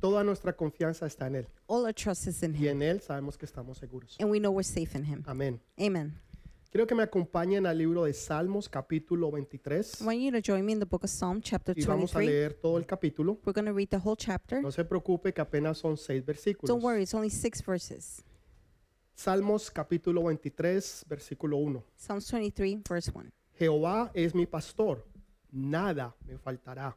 Toda nuestra confianza está en Él All our trust is in y Him, en Él sabemos que estamos seguros. and we know we're safe in Him. Amén. Amen. Quiero que me acompañen al libro de Salmos capítulo 23 I want you to join me in the book of Psalm, chapter y vamos a 23. leer todo el capítulo. We're going to read the whole chapter. No se preocupe que apenas son seis Don't worry, versículos. it's only six verses. Salmos capítulo 23, versículo 1. Psalms 23, verse 1. Jehová es mi pastor, nada me faltará.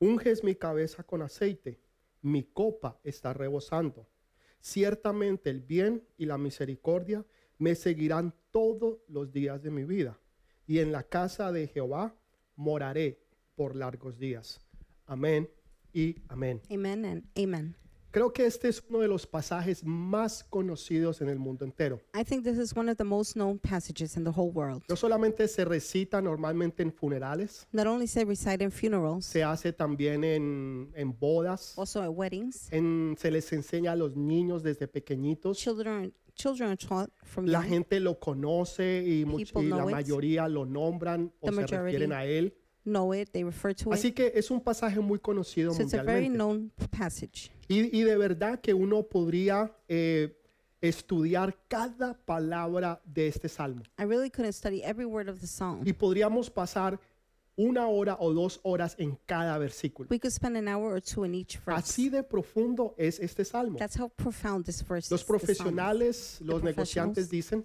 Unges mi cabeza con aceite, mi copa está rebosando. Ciertamente el bien y la misericordia me seguirán todos los días de mi vida, y en la casa de Jehová moraré por largos días. Amén y amén. Amen and amen. Creo que este es uno de los pasajes más conocidos en el mundo entero. I think this is one of the most known passages in the whole world. No solamente se recita normalmente en funerales, Not only said recite in funerals, se hace también en, en bodas. also at weddings. En, se les enseña a los niños desde pequeñitos. Children, children are taught from La young. gente lo conoce y, much- People y la know it. mayoría lo nombran o The se majority. refieren a él. know it, they refer to it. Así que es un pasaje muy conocido So it's a very mundialmente. known passage. Y, y de verdad que uno podría eh, estudiar cada palabra de este salmo. I really couldn't study every word of the psalm. Y podríamos pasar una hora o dos horas en cada versículo. We could spend an hour or two in each verse. Así de profundo es este salmo. That's how profound this verse Los is. the psalm is. profesionales, los professionals. negociantes dicen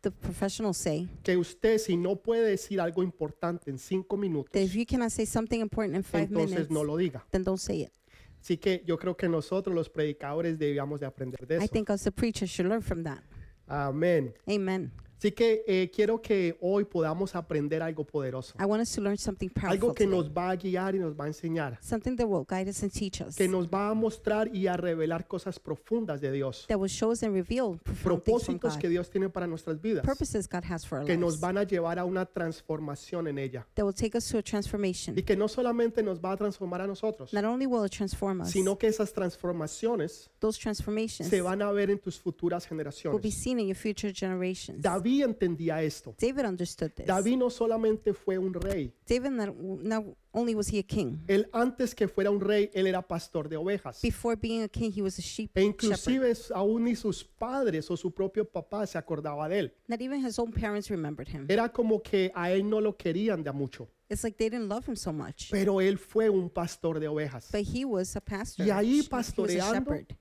The professionals say que usted si no puede decir algo importante en cinco minutos, that if you cannot say something important in five entonces minutes, no lo diga. then don't say it. Así que yo creo que nosotros los predicadores debíamos de aprender de I eso. think us, the preacher, should learn from that. Amén. Amen. Así que eh, quiero que hoy podamos aprender algo poderoso, I want us to learn something powerful. algo que today. nos va a guiar y nos va a enseñar, something that will guide us and teach us, que nos va a mostrar y a revelar cosas profundas de Dios, that will show us and reveal profound things from propósitos God, que Dios tiene para nuestras vidas, purposes God has for our que nos lives, van a llevar a una transformación en ella that will take us to a transformation. y que no solamente nos va a transformar a nosotros, Not only will it transform us, sino que esas transformaciones those transformations se van a ver en tus futuras will be generaciones. seen in your future generations. David entendía esto. David understood this. David no solamente fue un rey, David not, not only was he a king, él antes que fuera un rey, él era pastor de ovejas. before being a king, he was a sheep E shepherd. inclusive es- aún ni sus padres o su propio papá se acordaba de él. Not even his own parents remembered him. Era como que a él no lo querían de a mucho, It's like they didn't love him so much. pero él fue un pastor de ovejas. But he was a pastor. Y ahí He- he was a pastoreando, shepherd.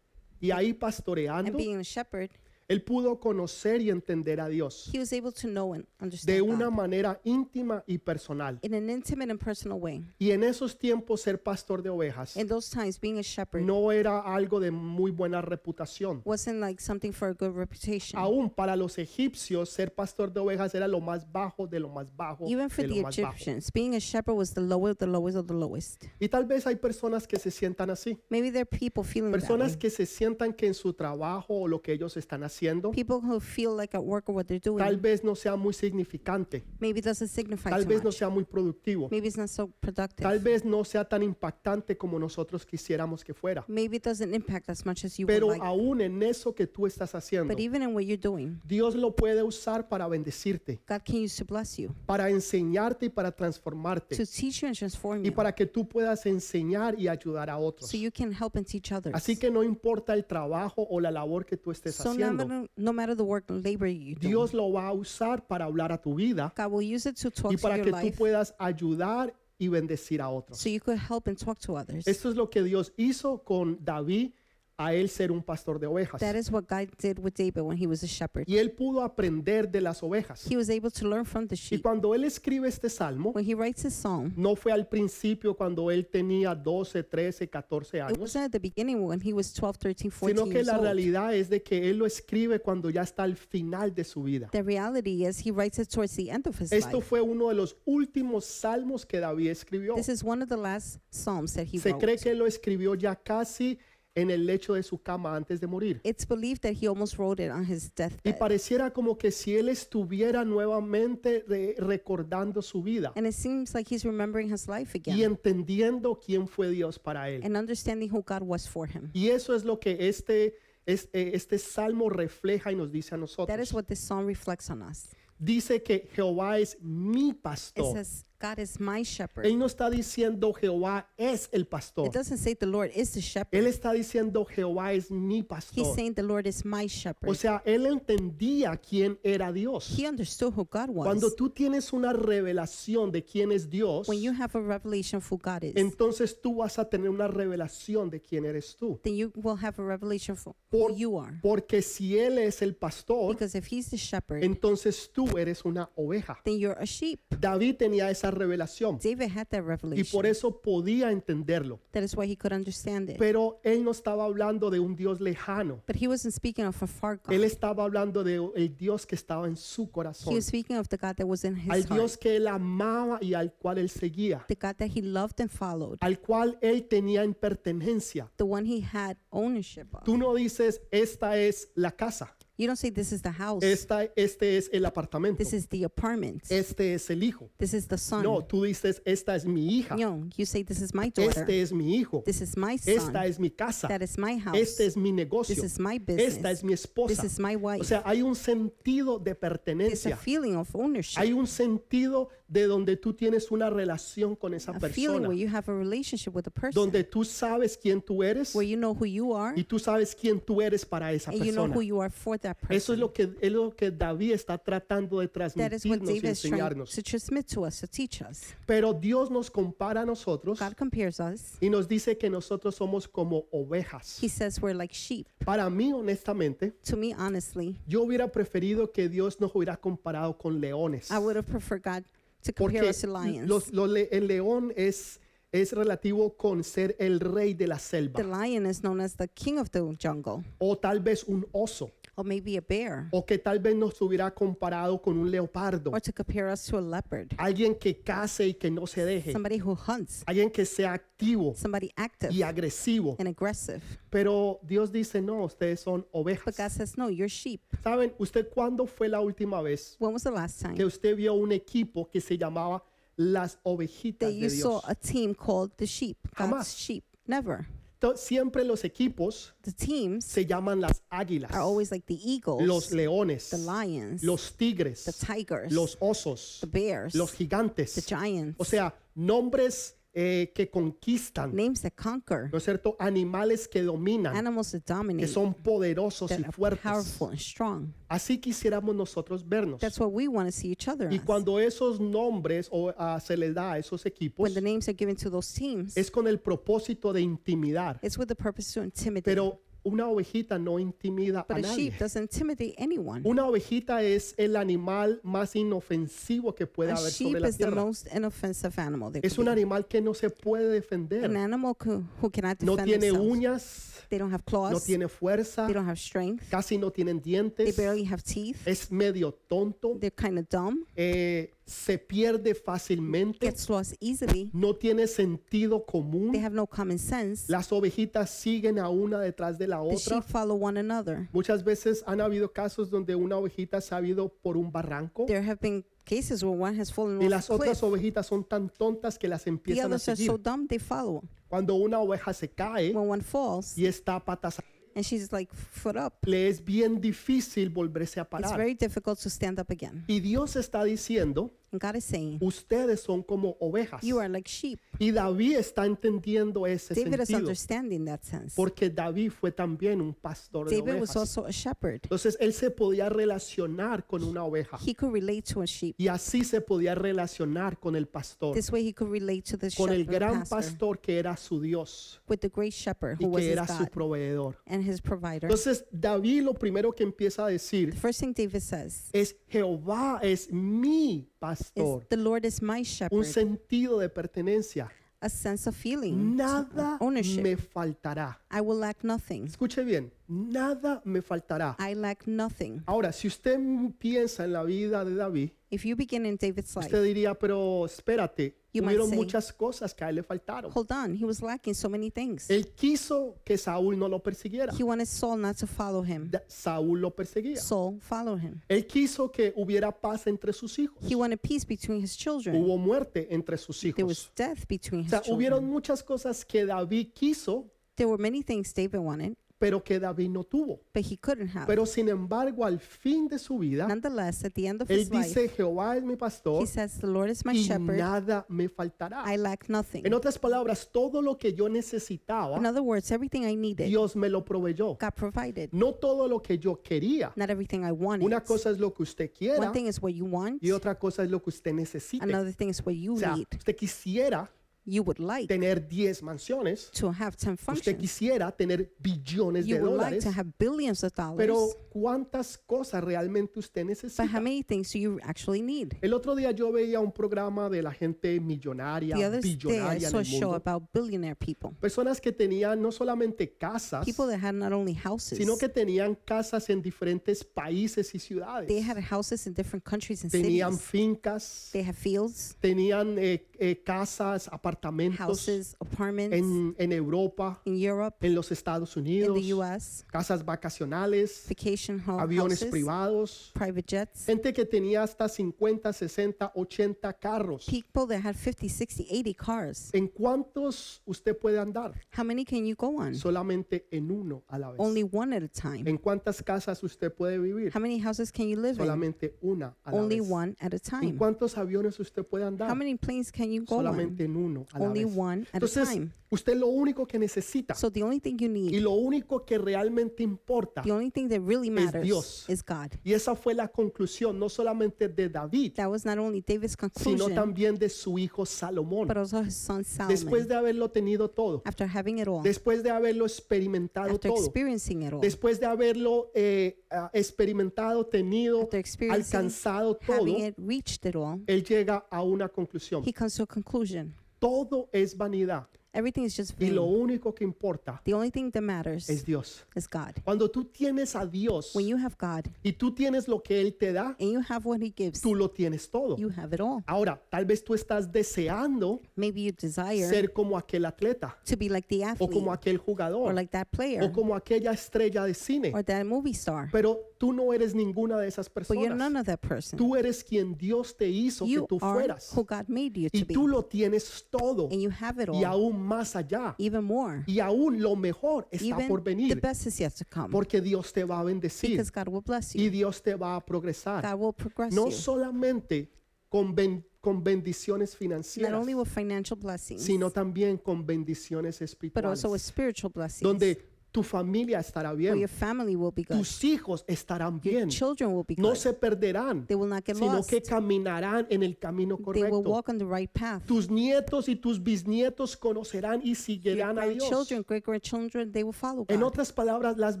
Y ahí And pastoreando, being a shepherd, él pudo conocer y entender a Dios he was able to know and understand de una God manera íntima y personal. in an intimate and personal way. Y en esos tiempos ser pastor de ovejas In those times, being a shepherd no era algo de muy buena reputación. wasn't like something for a good reputation. Aún para los egipcios ser pastor de ovejas era lo más bajo de lo más bajo Even for de lo the más bajo. Egyptians, being a shepherd was the lowest, the lowest of the lowest. Y tal vez hay personas que se sientan así, Maybe there are people feeling that personas way. que se sientan que en su trabajo o lo que ellos están haciendo People who feel like at work or what they're doing, tal vez no sea muy significante, maybe it doesn't signify tal too vez no much. sea muy productivo, Maybe it's not so productive. tal vez no sea tan impactante como nosotros quisiéramos que fuera. Maybe it doesn't impact as much as you would Pero like. aún en eso que tú estás haciendo, But even in what you're doing, Dios lo puede usar para bendecirte, God can use to bless you, para enseñarte y para transformarte. to teach you and transform y you, para que tú puedas enseñar y ayudar a otros. so you can help and teach others. Así que no importa el trabajo o la labor que tú estés so no haciendo, matter, no matter the work and labor you do, Dios lo va a usar para hablar a tu vida God will use it to talk y to para your que tú life, puedas ayudar y bendecir a otros. so you could help and talk to others. Esto es lo que Dios hizo con David a él ser un pastor de ovejas. That is what God did with David when he was a shepherd. Y él pudo aprender de las ovejas. He was able to learn from the Y sheep. cuando él escribe este salmo, When he writes his psalm, no fue al principio cuando él tenía 12, 13, 14 it años, wasn't at the beginning when he was 12, 13, 14 sino que years la old. realidad es de que él lo escribe cuando ya está al final de su vida. The reality is he writes it towards the end of his Esto life. fue uno de los últimos salmos que David escribió. This is one of the last psalms that he Se cree wrote. que lo escribió ya casi en el lecho de su cama antes de morir. It's believed that he almost wrote it on his Y deathbed. pareciera como que si él estuviera nuevamente re- recordando su vida And it seems like he's remembering his life y again entendiendo quién fue Dios para él. and understanding who God was for him. Y eso es lo que este, es- eh, este salmo refleja y nos dice a That is nosotros. what this psalm reflects on us. Dice que Jehová es mi It pastor. says, God is my shepherd. Él no está diciendo Jehová es el pastor. It doesn't say the Lord is the Él shepherd. está diciendo Jehová es mi He's pastor. saying the Lord is my O shepherd. sea, él entendía quién era Dios. He understood who God Cuando was. tú tienes una revelación de quién es Dios, When you have a revelation of who God is, entonces tú vas a tener una revelación de quién eres tú. then you will have a revelation of Por- who you are. Porque si Él es el pastor, Because if he's the shepherd, entonces tú eres una oveja. then you're a sheep. David tenía esa revelación David had that y por revelation. eso podía entenderlo. That is why he could understand it. Pero Él no estaba hablando de un Dios lejano. But he wasn't speaking of a far Él God. estaba hablando de el Dios que estaba en su He corazón. was speaking of the God that was in Al his heart, Dios que Él amaba y al cual Él seguía. the God that he loved and followed, Al cual Él tenía en pertenencia. the one he had ownership of. Tú no dices, esta es la casa. You don't say this is the house, Esta, este es el apartamento. Pues this is the apartment, Este es el hijo. this is the son. No, tú dices, esta es mi hija. No, you say this is my daughter, Este es mi hijo. this is my Esta son, es mi casa. that is my house, Este es mi negocio. this is my Esta es business, mi esposa. this is my O wife. sea, hay un sentido de It's a pertenencia. feeling of ownership, Hay un sentido de donde tú tienes una relación con esa a feeling persona. where you have a relationship with a person, Donde tú sabes quién tú eres where you know who you are y tú sabes quién tú eres para esa and you know persona. who you are for that person. Eso es lo que, es lo que David está tratando de That is what transmitirnos y David is trying enseñarnos. to transmit to us, to teach us. Pero Dios nos compara a nosotros God compares us. y nos dice que nosotros somos como ovejas. He says we're like sheep. Para mí, honestamente, To me, honestly, yo hubiera preferido que Dios nos hubiera comparado con leones. I would have preferred God to compare Porque us to lions. los- los le- el león es, es relativo con ser el rey de la the selva. lion is known as the king of the jungle, O tal vez un oso. or maybe a bear, O que tal vez nos hubiera comparado con un leopardo. or to compare us to a leopard, Alguien que case y que no se deje. somebody who hunts, Alguien que sea activo somebody active y agresivo. and aggressive. Pero Dios dice, no, ustedes son But God ovejas. says, no, you're sheep. ¿Saben usted cuándo fue la última vez When was the last que time usted vio un equipo que se llamaba las ovejitas that de you saw Dios? a team called the sheep? God's Jamás. sheep. Never. To- Siempre los equipos The teams se llaman las águilas, are always like the eagles, los leones, the lions, los tigres, the tigers, los osos, the bears, los the gigantes. giants, O sea, nombres eh, que conquistan, names that conquer, ¿no es cierto? Animales que dominan, animals that que dominate, son poderosos y that are fuertes. powerful and strong. Así quisiéramos nosotros vernos. That's what we want to see each other Y as. cuando esos nombres o, ah, se les da a esos equipos, When the names are given to those teams, es con el propósito de intimidar. it's with the purpose to intimidate. Pero una ovejita no intimida but a a nadie. sheep doesn't intimidate anyone. Una ovejita es el animal más inofensivo que puede A haber sobre sheep la is the tierra. most inoffensive animal. There Es could un be. animal que no se puede An defender. animal co- who cannot No defend tiene themselves. uñas, they don't have claws. no tiene fuerza, they don't have strength. casi no tienen They dientes, barely have teeth. es medio tonto, They're kind of dumb. eh, se pierde fácilmente, Gets lost easily. no tiene sentido común. They have no common sense. Las ovejitas siguen a una detrás de la the sheep otra. follow one another. Muchas veces han habido casos donde una ovejita se ha ido por un barranco There have been cases where one has fallen y off las a otras cliff. ovejitas son tan tontas que las The empiezan a others are so seguir. dumb they follow. Cuando una oveja se cae When one falls y está patas, a- and she's like foot up, le es bien difícil volverse a it's parar. very difficult to stand up again. Y Dios está diciendo God is saying, ustedes son como ovejas. You are like sheep. Y David está entendiendo ese David is sentido, understanding that sense. porque David fue también un pastor de David ovejas. was also a shepherd. Entonces él se podía relacionar con una oveja He could relate to a sheep. Ah. y así se podía relacionar con el pastor, This way he could relate to the con el shepherd gran pastor pastor que era su Dios with the great shepherd y who was que his era su God proveedor. and his provider. Entonces David lo primero que empieza a decir The first thing David says es Jehová es mi is pastor, the Lord is my un shepherd. sentido de pertenencia. A sense of feeling, to Nada ownership. me faltará. I will lack nothing. Escuche bien, nada me faltará. I lack nothing. Ahora, si usted m- piensa en la vida de David, If you begin in David's life, usted diría, pero espérate, You might hubieron say- muchas cosas que a él le faltaron. hold on, he was lacking so many things. Él quiso que Saúl no lo persiguiera. He wanted Saul not to follow him. Da- Saúl lo perseguía. Saul followed him. Él quiso que hubiera paz entre sus hijos. He wanted peace between his children. Hubo muerte entre sus There was hijos. death between O his sea, hubieron children. muchas cosas que David quiso, There were many things David wanted, pero que David no tuvo. but he couldn't have. Pero sin embargo, al fin de su vida, Nonetheless, at the end of él his life, dice, Jehová es mi he pastor says, The Lord is my y shepherd. nada me faltará. I lack nothing. En otras palabras, todo lo que yo necesitaba, In other words, everything I needed, Dios me lo proveyó. God provided. No todo lo que yo quería. Not everything I wanted. Una cosa es lo que usted quiera One thing is what you want, y otra cosa es lo que usted necesite. another thing is what you O sea, need. usted quisiera You would like tener 10 mansiones, to have 10 usted functions. quisiera tener billones de You would like dólares, to have billions of dollars. pero ¿cuántas cosas realmente usted but how necesita? many things do you actually need? El otro día yo veía un programa de la gente millonaria, The other day, I billonaria en saw a el show mundo. about billionaire people. Personas que tenían no solamente casas, People that had not only houses, sino que tenían casas en diferentes países y they ciudades. had houses in different countries and Tenían cities. fincas, They have fields, tenían eh, eh, casas, apartamentos houses, apartments en, en Europa, in Europe, en los Estados in Unidos, the U.S., casas vacacionales, vacation ho- aviones houses, privados, private jets. gente que tenía hasta 50, 60, 80 carros. People that had 50, 60, 80 cars. ¿En cuántos usted puede andar? How many can you go on? Solamente en uno a la vez. Only one at a time. ¿En cuántas casas usted puede vivir? How many houses can you live in? Solamente una a la Only vez. one at a ¿En time. cuántos aviones usted puede How andar? many planes can you go on? Solamente en uno a la Only vez. one at a Entonces, time. usted lo único que necesita So the only thing you y need, lo único que realmente importa. the only thing that really matters Dios. is God. Y esa fue la conclusión, no solamente de David, That was not only David's sino conclusion, también de su hijo Salomón. but also his son Después Solomon. de haberlo tenido todo, After having it all, después de haberlo experimentado after todo, experiencing it all, después de haberlo eh, ah, experimentado, tenido, after experiencing, alcanzado todo, having it, reached it all, él llega a una conclusión. he comes to a conclusion. Todo es vanidad Everything is just y lo vain. único que importa The only thing that matters es Dios. is God. Cuando tú tienes a Dios When you have God y tú tienes lo que Él te da, and you have what he gives, tú lo tienes todo. you have it all. Ahora, tal vez tú estás deseando Maybe you desire ser como aquel atleta to be like the o athlete como aquel or jugador like that o player como aquella estrella de cine, or that movie star, pero tú no eres ninguna de esas but you're none personas. of that person. Tú eres quien Dios te hizo que You tú are fueras who God made you y to be. tú lo tienes todo and you have it y all, aún más allá even more. y aún lo mejor está Even por the venir best is yet to come, porque Dios te va a bendecir because God will bless y you. Dios te va a progresar. God will progress No you, solamente con, ben- con bendiciones not financieras, only with financial blessings, sino también con bendiciones but also with espirituales, spiritual blessings, donde tu familia estará where your bien, family will be good, tus hijos estarán your bien, children will be no good. se perderán, They will not get sino lost. que caminarán en el camino They will correcto. walk on the right path. Tus nietos y tus bisnietos conocerán y Your seguirán a Dios. grandchildren, great grandchildren, they will follow En God. otras palabras, las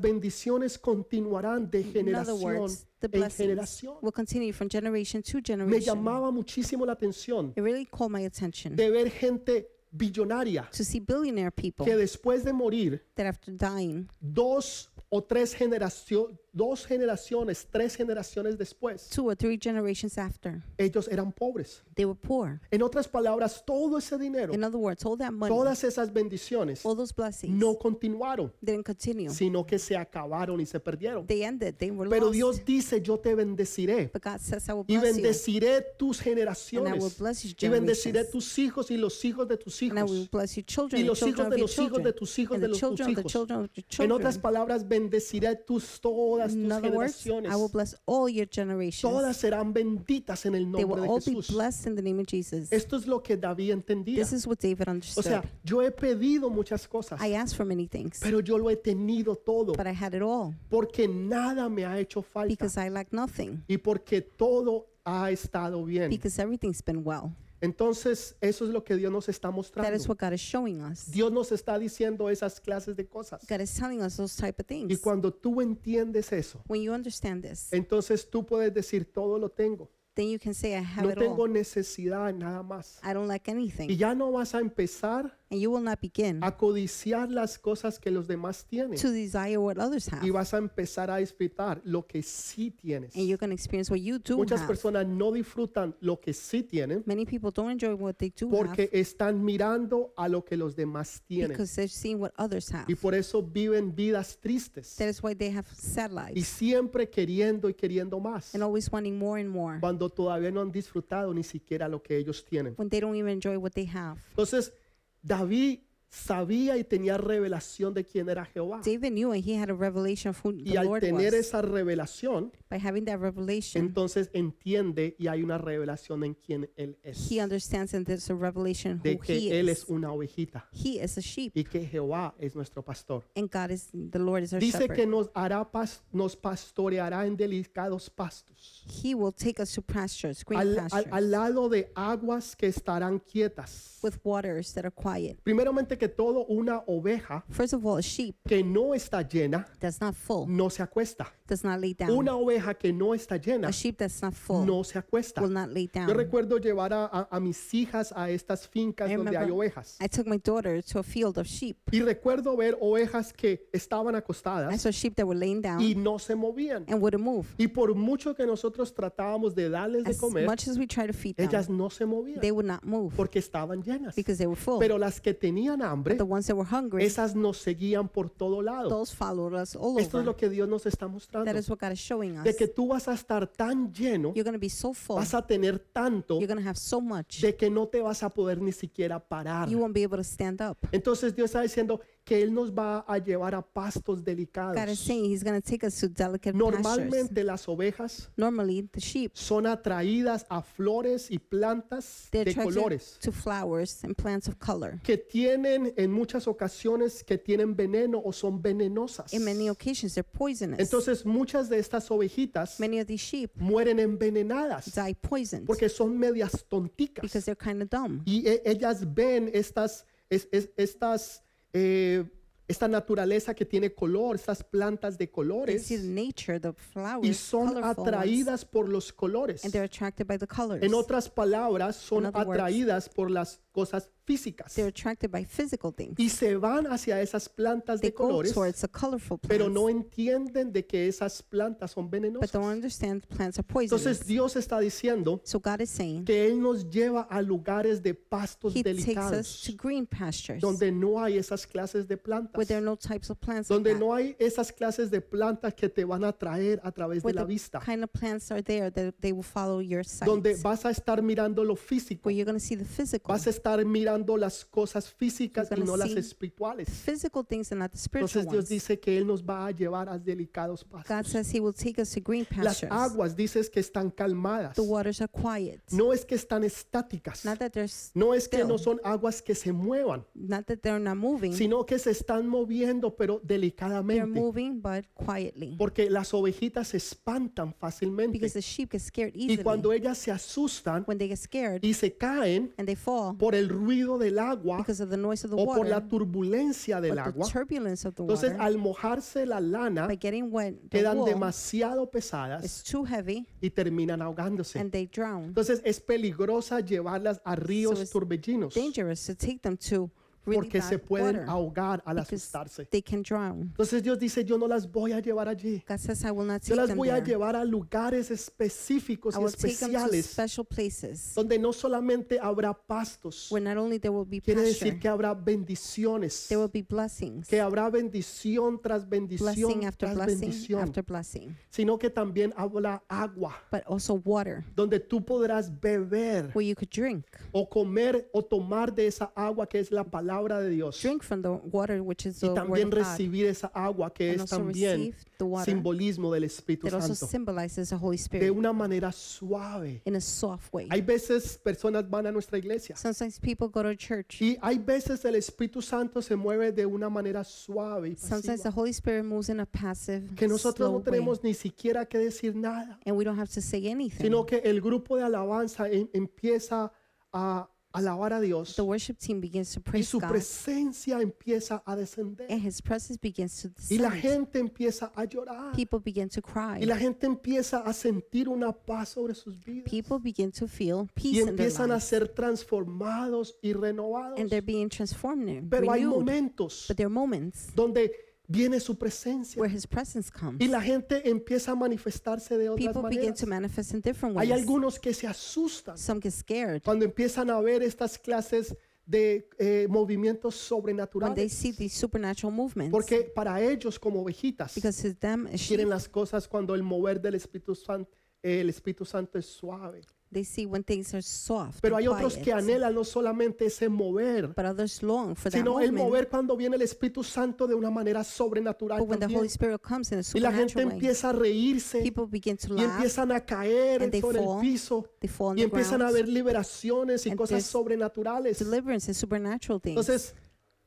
bendiciones continuarán de In other generación words, the en blessings generación. will continue from generation to Me generation. llamaba muchísimo la atención It really caught my attention de ver gente billonaria to see billionaire people que después de morir, that after dying, dos o tres generaciones, dos generaciones, tres generaciones después, two or three generations after, ellos eran pobres. they were poor. En otras palabras, todo ese dinero, In other words, all that money, todas esas bendiciones all those blessings no continuaron, didn't continue. sino que se acabaron y se perdieron. They ended. They were Pero lost. Dios dice, yo te bendeciré. but God says, I will y bless you, bendeciré tus and I will generaciones bless your y bendeciré generations, tus hijos y los hijos de tus and I will hijos bless your children, y and los children hijos of de your los hijos children, de tus hijos and de the los tus children of the hijos children of your en otras children. palabras bendeciré tus todas In tus other words, generaciones. I will bless all your generations. Todas serán benditas en el nombre they will de all be Jesús. blessed in the name of Jesus. Esto es lo que David entendía. This is what David O understood. sea, yo he pedido muchas cosas, I asked for many things, pero yo lo he tenido todo but I had it all porque nada me ha hecho falta because I lacked nothing, y porque todo ha estado bien. because everything's been well. Entonces, eso es lo que Dios nos está That mostrando. is what God is showing us. Dios nos está diciendo esas clases de cosas. God is telling us those type of Y things. cuando tú entiendes eso, When you understand Eh, this, entonces tú puedes decir, todo lo tengo. then you can say, I have No it all. tengo necesidad de nada más. I don't lack Y anything. ya no vas a empezar And you will not begin a codiciar las cosas que los demás tienen. to desire what others have. Y vas a empezar a disfrutar lo que sí tienes. And you're going to experience what you do Muchas have. personas no disfrutan lo que sí tienen Many people don't enjoy what they do porque have están mirando a lo que los demás tienen. because they're seeing what others have. Y por eso viven vidas tristes That is why they have sad y lives siempre queriendo y queriendo más and always wanting more and more cuando todavía no han disfrutado ni siquiera lo que ellos tienen. when they don't even enjoy what they have. Entonces, David sabía y tenía revelación de quién era Jehová. David knew and he had a revelation of who Y the al Lord tener was. esa revelación, By having that revelation, entonces entiende y hay una revelación en quién él es. he understands and there's a revelation De who he que él es is. una ovejita He is a sheep y que Jehová es nuestro pastor. and God is the Lord is our Dice que shepherd. nos hará pas- nos pastoreará en delicados pastos. He will take us to pastures, green Al, al- al pastures, lado de aguas que estarán quietas. with waters that are quiet. Primeramente que todo, una oveja First of all, a sheep que no está llena that's not full no se acuesta. does not lay down. Una oveja que no está llena A sheep that's not full no se acuesta. will not lay Yo down. recuerdo llevar a, a- a mis hijas a estas fincas I donde hay remember- ovejas. I took my daughter to a field of sheep. Y recuerdo ver ovejas que estaban I acostadas saw sheep that were laying y down no se movían. and wouldn't move. Y por mucho que nosotros tratábamos de darles de As comer, much as we tried to feed them, ellas no se movían they would not move porque estaban llenas. because they were full. Pero eh, las que tenían hambre, The ones that were hungry, esas nos seguían por todo lado. those followed us all Esto es over. lo que Dios nos está That mostrando. is what God is showing us. De que tú vas a estar tan lleno, You're going to be so full. vas a tener tanto, You're going to have so much. de que no te vas a poder ni siquiera parar. You won't be able to stand up. Entonces Dios está diciendo que Él nos va a llevar a pastos God is delicados. saying He's going to take us to delicate pastures. Oh, Normalmente las ovejas Normally, the sheep, son atraídas a flores y plantas they're de attracted colores to flowers and plants of color. que tienen en muchas ocasiones que tienen veneno o son venenosas. In many occasions, they're poisonous. Entonces muchas de estas ovejitas Many of these sheep mueren envenenadas die poisoned porque son medias because tonticas they're kind of dumb. y e- ellas ven estas es- es- estas eh, esta naturaleza que tiene color, estas plantas de They colores see the nature, the flowers, y son colorful ones, atraídas por los colores. and they're attracted by the colors. En otras palabras, son In other words, atraídas por las cosas físicas They're attracted by physical things. y se van hacia esas plantas They de go colores, towards the colorful plants, pero no entienden de que esas plantas son but don't venenosas. understand plants are poisonous. Entonces Dios está diciendo so God is saying que Él nos lleva a lugares de pastos He takes us to delicados, green pastures donde no hay esas clases de where plantas, there are no types of plants like donde that, no hay esas clases de plantas que te van a atraer a través de where la the vista, kind of plants are there that they will follow your sight, donde vas a estar mirando lo físico, where you're going to see the physical, vas a estar mirando las cosas físicas y gonna no las see espirituales. physical things and not the spiritual Entonces Dios ones. dice que Él nos va a llevar a delicados God pastos. says He will take us to green Las pastures. aguas dices que están calmadas. The waters are quiet. No es que están estáticas. Not that they're s- No es que no still. son aguas que se muevan, not that they're not moving. sino que se están moviendo pero They're delicadamente. moving but quietly. Porque las ovejitas se espantan fácilmente. Because the sheep get scared Y easily. cuando ellas se asustan When they get scared y se caen and they fall por el ruido del agua because of the noise of the o por water, la turbulencia del but the agua, turbulence of the entonces water, al mojarse la lana by getting wet, the quedan wool demasiado is pesadas too heavy y terminan ahogándose. and they drown. Entonces es peligrosa llevarlas a ríos it's turbillinos Dangerous to take them to really porque se bad pueden water ahogar al because asustarse. they can drown. Entonces Dios dice, yo no las voy a llevar allí. God says, I will not Yo take las them voy a there. llevar a lugares específicos I y will take them to especiales special places donde no solamente habrá pastos, where not only there will be quiere decir pasture, que habrá bendiciones, there will be blessings. que habrá bendición tras bendición Blessing after tras blessing bendición, after blessing. sino que también habrá agua But also water donde tú podrás beber where you could drink. o comer o tomar de esa agua que es la palabra de Dios drink from the water which is y the word también of God, recibir esa agua que and es also también receive the water simbolismo del Espíritu that also Santo symbolizes the Holy Spirit de una manera suave. in a soft way. Hay veces personas van a nuestra iglesia Sometimes people go to church. y hay veces el Espíritu Santo se mueve de una manera suave y Sometimes the pasiva, Holy Spirit moves in a passive, que nosotros slow no way, tenemos ni siquiera que decir nada, and we don't have to say anything. sino que el grupo de alabanza em- empieza a alabar a Dios The worship team begins to y praise su God, presencia empieza a descender and His presence begins to y la descend. gente empieza a llorar People begin to cry. y la gente empieza a sentir una paz sobre sus vidas People begin to feel y peace in their empiezan a lives, ser transformados y renovados. and they're being transformed, and Pero hay renewed. momentos But there are moments donde viene su presencia where His presence comes. y la gente empieza a manifestarse de otras People begin maneras. to manifest in different Hay ways. algunos que se asustan Some get scared cuando empiezan a ver estas clases de eh, movimientos when they sobrenaturales, see these supernatural movements porque para ellos como ovejitas because to them, it's- quieren las cosas cuando el mover del Espíritu Santo el Espíritu Santo es suave. they see when things are soft. Pero and hay otros que quiet. anhelan no solamente ese mover, But others long for that sino el moment. mover cuando viene el Espíritu Santo de una manera sobrenatural But when the Holy también. Spirit comes in a Y la gente supernatural way, empieza a reírse people begin to y laugh, empiezan a caer and they sobre el fall piso they fall on y the empiezan a ground. haber liberaciones y and cosas there's sobrenaturales. Deliverance and supernatural things, Entonces,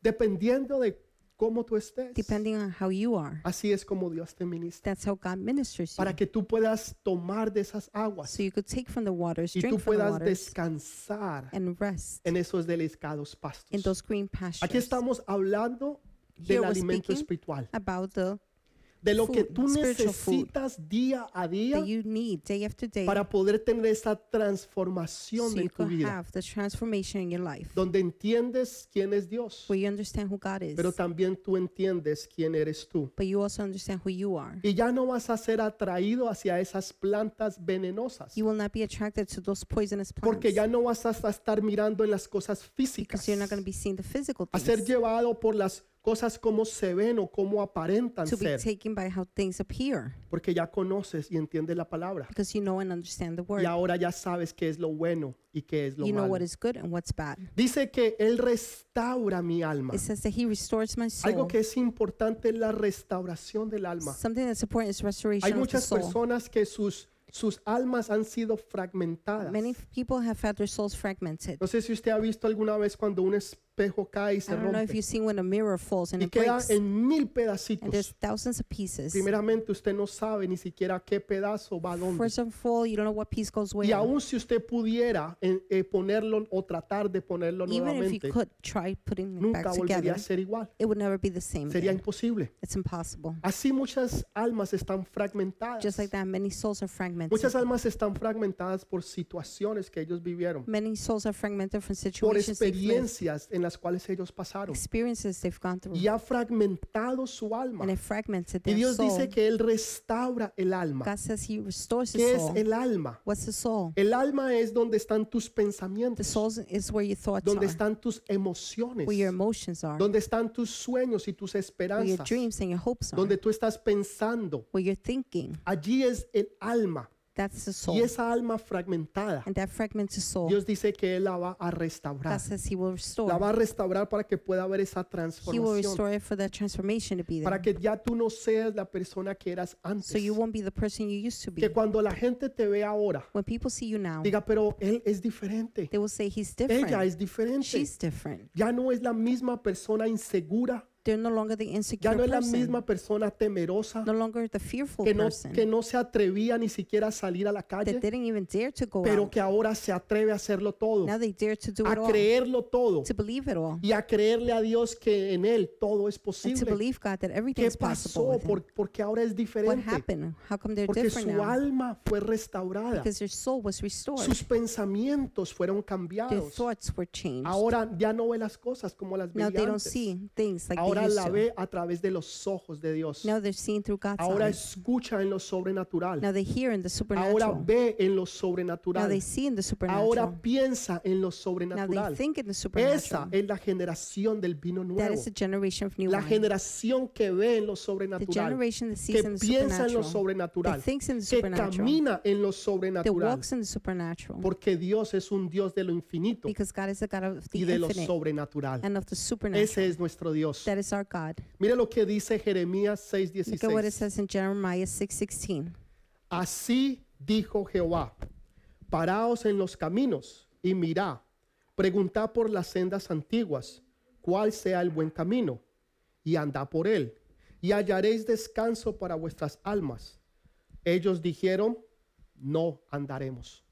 dependiendo de cómo tú estés, depending on how you are. así es como Dios te ministra, That's how God ministers you. para que tú puedas tomar de esas aguas So you could take from the waters, y tú drink from the puedas waters, descansar and rest en esos delicados in pastos. those green Aquí pastures. estamos hablando Here del we're alimento speaking espiritual, About the de lo que food, tú spiritual food. necesitas día a día that you need day after day para poder tener esa transformación so en you tu could vida, have the transformation in your life donde entiendes quién es Dios, where you understand who God is, pero también tú entiendes quién eres tú. but you also understand who you are. Y ya no vas a ser atraído hacia esas plantas venenosas, You will not be attracted to those poisonous plants porque ya no vas a hasta estar mirando en las cosas físicas, because you're not going to be seeing the physical a ser things llevado por las cosas como se ven o como aparentan to be ser, taken by how things appear porque ya conoces y entiendes la palabra. because you know and understand the Y word. ahora ya sabes qué es lo bueno y qué es lo You know what malo. is good and what's bad. Dice que Él restaura mi alma. It says that He restores my soul. Algo que es importante es la restauración del alma. Something that's important is Hay restoration of the muchas soul. personas que sus, sus almas han sido fragmentadas. Many f- people have had their souls fragmented. No sé si usted ha visto alguna vez cuando un espejo cae y I se don't know if rompe you've seen when a mirror falls and y it queda breaks, en mil and there's pedacitos. thousands of pieces. Primeramente usted no sabe ni siquiera qué pedazo va a dónde. First of all, you don't know what piece goes where. Y aun si usted pudiera eh, eh, ponerlo o tratar de ponerlo Even if you nuevamente, could try putting it nunca back volvería together, a ser igual. it would never be the same. Sería again. imposible. It's impossible. Así muchas almas están fragmentadas. Just like that, many souls are fragmented. Muchas almas están fragmentadas por situaciones que ellos vivieron, Many souls are fragmented from por situations they've lived, experiencias en las cuales ellos pasaron experiences they've gone through, y ha fragmentado su alma. and it fragmented Y their Dios soul. dice que Él restaura el alma. God says He restores the ¿Qué es soul. el alma? What's the soul? El alma es donde están tus The pensamientos, soul is where your thoughts donde are, están tus emociones, where your emotions are, donde están tus sueños y tus where your esperanzas, dreams and your hopes are, donde tú estás pensando. where you're thinking. Allí es el alma. That's the soul. Y esa alma fragmentada, And that fragmented soul, Dios dice que Él la va a God restaurar. says He La will restore. va a restaurar para que pueda haber esa He will transformación. restore it for that transformation to be Para there. que ya tú no seas la persona que eras So antes. you won't be the person you used to be. Que cuando la gente te ve ahora, When people see you now, diga, pero Él es diferente. they will say he's Ella different. es diferente. She's different. Ya no es la misma persona insegura. They're no longer the Ya insecure no es la person, misma persona temerosa. no longer the fearful Que no, que person no se atrevía ni siquiera a salir a la that calle. didn't even dare to go Pero out. que ahora se atreve a hacerlo todo. Now they dare to do A it all, creerlo todo. to believe it all, Y a creerle a Dios que en Él todo es and to posible. believe God that ¿Qué everything's possible pasó? with him. Por- porque ahora es What diferente. happened? How come they're Porque different su now? alma fue restaurada. Because their soul was restored. Sus pensamientos fueron Their cambiados. thoughts were changed. Ahora ya no ve las cosas como las Now veía they don't antes. see things like Ahora used la to. ve a través de los ojos de Dios. Now they're seeing through God's Ahora eyes. escucha en lo sobrenatural. Now they hear in the Ahora supernatural. ve en lo Now sobrenatural. they see in the supernatural. Ahora piensa en lo Now they sobrenatural. think in the Esa supernatural. es la generación del vino That nuevo. is the generation of new La wine. generación que ve en lo The sobrenatural, generation that sees que in the piensa en lo supernatural. sobrenatural, That thinks in the que supernatural. camina en lo That sobrenatural, walks in the supernatural. porque Dios es un Dios de lo infinito Because God is the God of y the de lo infinite sobrenatural. and of the supernatural. Ese es nuestro Dios. That is our God. Mire lo que dice Jeremías Look at what 6:16. it says in Jeremiah 6:16. Así dijo Jehová, paraos en los caminos y mirá, preguntad por las sendas antiguas, cuál sea el buen camino, y andad por él, y hallaréis descanso para vuestras almas. Ellos dijeron, no andaremos.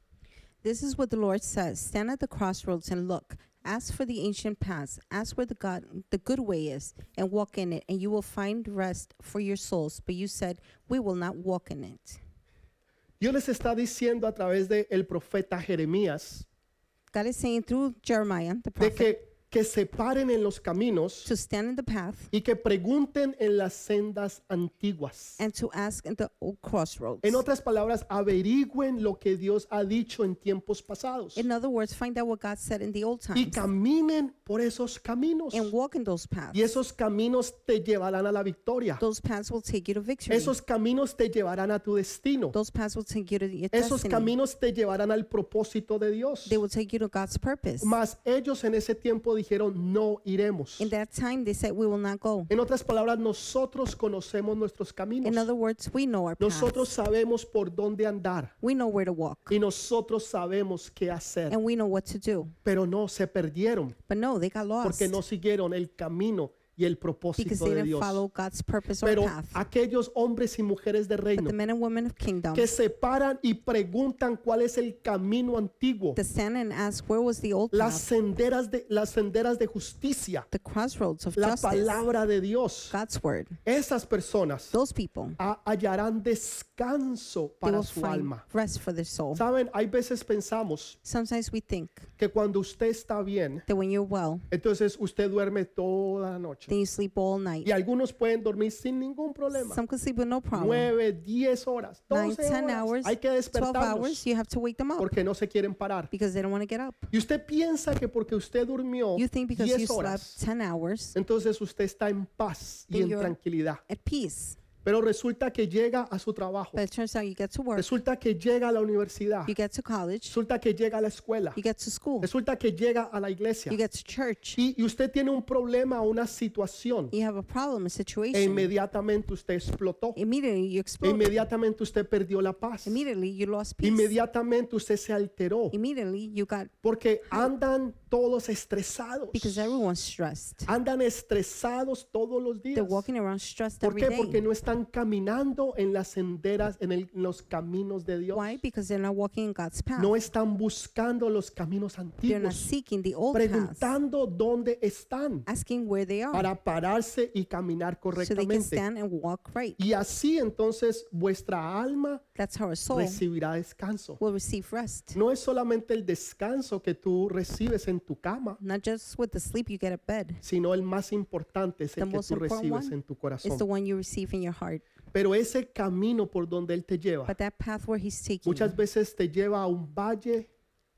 This is what the Lord says: Stand at the crossroads and look. Ask for the ancient paths. Ask where the God, the good way is, and walk in it, and you will find rest for your souls. But you said, We will not walk in it. Dios les está diciendo a través del profeta Jeremías God is saying through Jeremiah the de prophet que, que se paren en los caminos to stand in the path y que pregunten en las sendas antiguas. and to ask in the old crossroads. En otras palabras, averigüen lo que Dios ha dicho en tiempos pasados In other words, find out what God said in the old y times caminen por esos caminos. and walk in those paths. Y esos caminos te llevarán a la victoria. Those paths will take you to victory. Esos caminos te llevarán a tu destino. Those paths will take you to your Esos destiny. caminos te llevarán al propósito de Dios. They will take you to God's purpose. Mas ellos en ese tiempo dijeron, no iremos. In that time, they said, We will not go. En otras palabras, nosotros conocemos nuestros In caminos. other words, we know our Nosotros paths. sabemos por dónde andar We know where to walk y nosotros sabemos qué hacer. and we know what to do. Pero no, se perdieron. But no, they got lost porque no siguieron el camino y el because propósito they de didn't Dios. follow God's purpose or Pero path. aquellos hombres y mujeres de But reino the men and women of kingdom que se paran y preguntan cuál es el camino antiguo, to stand and ask, Where was the old las path? senderas de las senderas de justicia, The crossroads of la justice, palabra de Dios. God's word. Esas personas Those people, ha- hallarán descanso they para will su find alma. rest for their soul. Saben, hay veces pensamos Sometimes we think que cuando usted está bien, that when you're well, entonces usted duerme toda la noche. then you sleep all night. Y algunos pueden dormir sin ningún problema. Some can sleep with no problem. 9, 10 horas, 9, 12 10 hours, horas. Hay que 12 hours, despertarlos you have to wake them up porque no se quieren parar. because they don't want to get up. Y usted piensa que porque usted durmió You think because you 10 slept horas, 10 hours entonces usted está en paz y Then en you're- tranquilidad. at peace, Pero resulta que llega a su trabajo, but it turns out you get to work, resulta que llega a la universidad, you get to college, resulta que llega a la escuela, you get to school, resulta que llega a la iglesia. you get to church, Y, y usted tiene un problema, una situación, you have a problem, a e situation. inmediatamente usted explotó, Immediately you e explode. inmediatamente usted perdió la paz, Immediately you lost peace. inmediatamente usted se alteró, Immediately you got Porque andan todos estresados. because everyone's stressed. Andan estresados todos los They're días. walking around stressed ¿Por every qué? Porque day. no están caminando en las senderas, en, el- en los caminos de Dios. Why? Because they're not walking in God's path. No están buscando los caminos They're not antiguos, seeking the old path, preguntando dónde están asking where they are para pararse y caminar so they can correctamente. stand and walk right. Y así entonces vuestra alma That's how our soul recibirá descanso. will receive rest. No es solamente el descanso que tú recibes en tu cama, Not just with the sleep you get at bed. sino el más importante es The el que most tú important recibes one en tu It's the corazón. one you receive in your heart. Pero ese camino por donde Él te lleva But that path where He's taking muchas you, veces te lleva a un valle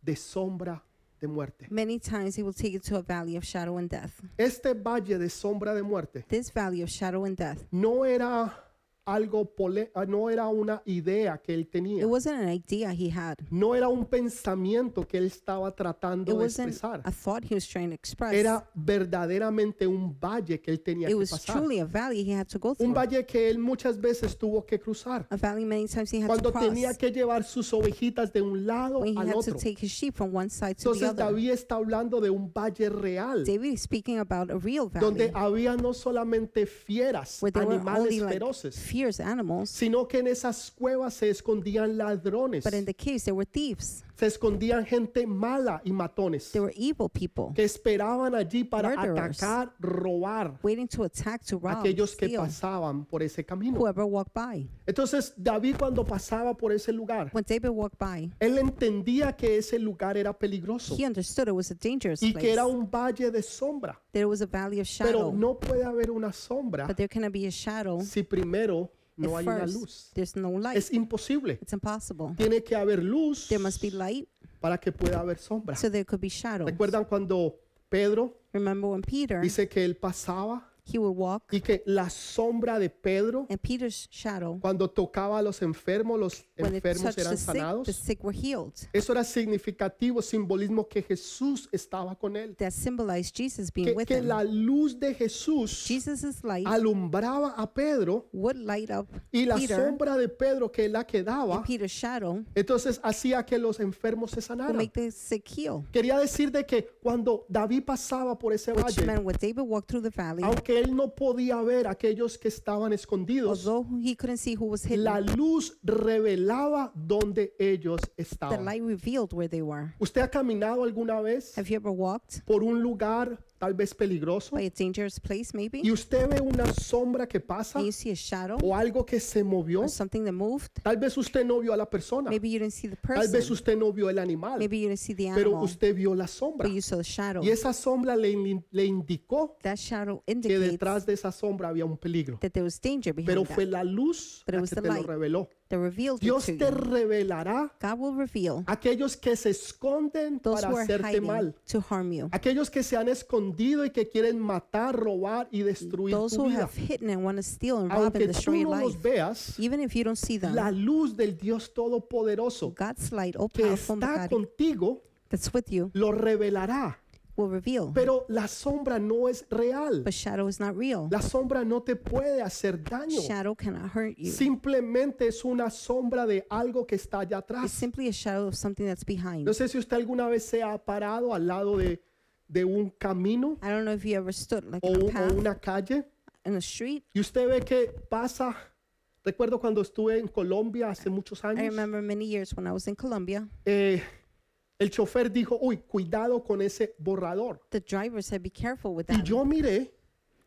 de sombra de muerte. many times He will take you to a valley of shadow and death. Este valle de sombra de muerte This valley of shadow and death, no era algo, pole- ah, no era una idea que Él tenía, it wasn't an idea He had, no era un pensamiento que Él estaba it tratando de wasn't expresar. a thought He was trying to express. Era verdaderamente un valle que Él tenía It que was pasar. truly a valley He had to go Un through. valle que Él muchas veces tuvo que cruzar. A valley many times He had to cuando tenía cross. que llevar sus ovejitas de un lado When He al had to otro. take His sheep from one side to the Entonces other. David está hablando de un valle real David is speaking about a real valley donde había no solamente fieras, where there were only animales like feroces, fierce animals, sino que en esas cuevas se escondían ladrones but in the caves there were thieves Se escondían gente mala y matones There were evil people que esperaban allí para Murderers. atacar, robar waiting to attack, to a rob, aquellos que steal, pasaban por ese camino. whoever walked by. Entonces David cuando pasaba por ese lugar, When David walked by, él entendía que ese lugar era peligroso he understood it was a dangerous y que place. era un valle de sombra. There was a valley of Pero shadow, no puede haber una sombra but there cannot be a shadow si primero no if hay una first luz. there's no light. Es imposible. it's impossible. Tiene que haber luz There must be light para que pueda haber sombra. so there could be shadow. ¿Recuerdan cuando Pedro Remember when Peter, dice que él pasaba he would walk y que la sombra de Pedro and Peter's shadow, cuando tocaba a los enfermos, los when it enfermos touched eran the sick, the sanados? sick were healed. Eso era significativo, simbolismo que Jesús estaba con él. That symbolized Jesus being Que, with que him. la luz de Jesús Jesus' light alumbraba a Pedro would light up y la Peter sombra de Pedro que la and quedaba, Peter's shadow entonces hacía que los enfermos se would sanaran. make the sick heal. Quería decir de que cuando David pasaba por ese Which valle, meant when David walked through the valley, aunque él no podía ver a aquellos que estaban escondidos, although he couldn't see who was hidden, la luz revelaba dónde ellos the estaban. light revealed where they were. ¿Usted ha caminado alguna vez Have you ever walked por un lugar tal vez peligroso by a dangerous place, maybe? y usted ve una sombra que pasa and you see a shadow o algo que se movió? or something that moved? Tal vez usted no vio a la persona, Maybe you didn't see the tal vez person. usted no vio el animal, Maybe you didn't see the pero animal, usted vio la sombra but you saw the shadow. y esa sombra le, in- le indicó That shadow que indicates detrás de esa sombra había un peligro. that there was danger behind Pero that. fue la luz But it la was que the te lo light. reveló. that revealed it Dios to te you. revelará God will reveal a aquellos que se esconden those para who are hacerte hiding mal. to harm you. Aquellos que se han escondido y que quieren matar, robar y destruir Those tu who vida. have hidden and want to steal and rob Aunque and tú destroy your no los life, veas, even if you don't see them, la luz del Dios Todopoderoso God's light, all que powerful, está God contigo that's with you, lo revelará. will reveal. Pero la sombra no es real. But shadow is not real. La sombra no te puede hacer daño. Shadow cannot hurt you. Simplemente es una sombra de algo que está allá It's atrás. simply a shadow of something that's behind. No sé si usted alguna vez se ha parado al lado de, de un camino I don't know if you ever stood like o, in a un- o path una calle in a street. y usted ve que pasa. Recuerdo cuando estuve en Colombia hace muchos I años, remember many years when I was in Colombia, eh, el chofer dijo, uy, cuidado con ese borrador. the driver said, "Be careful with Y that." yo miré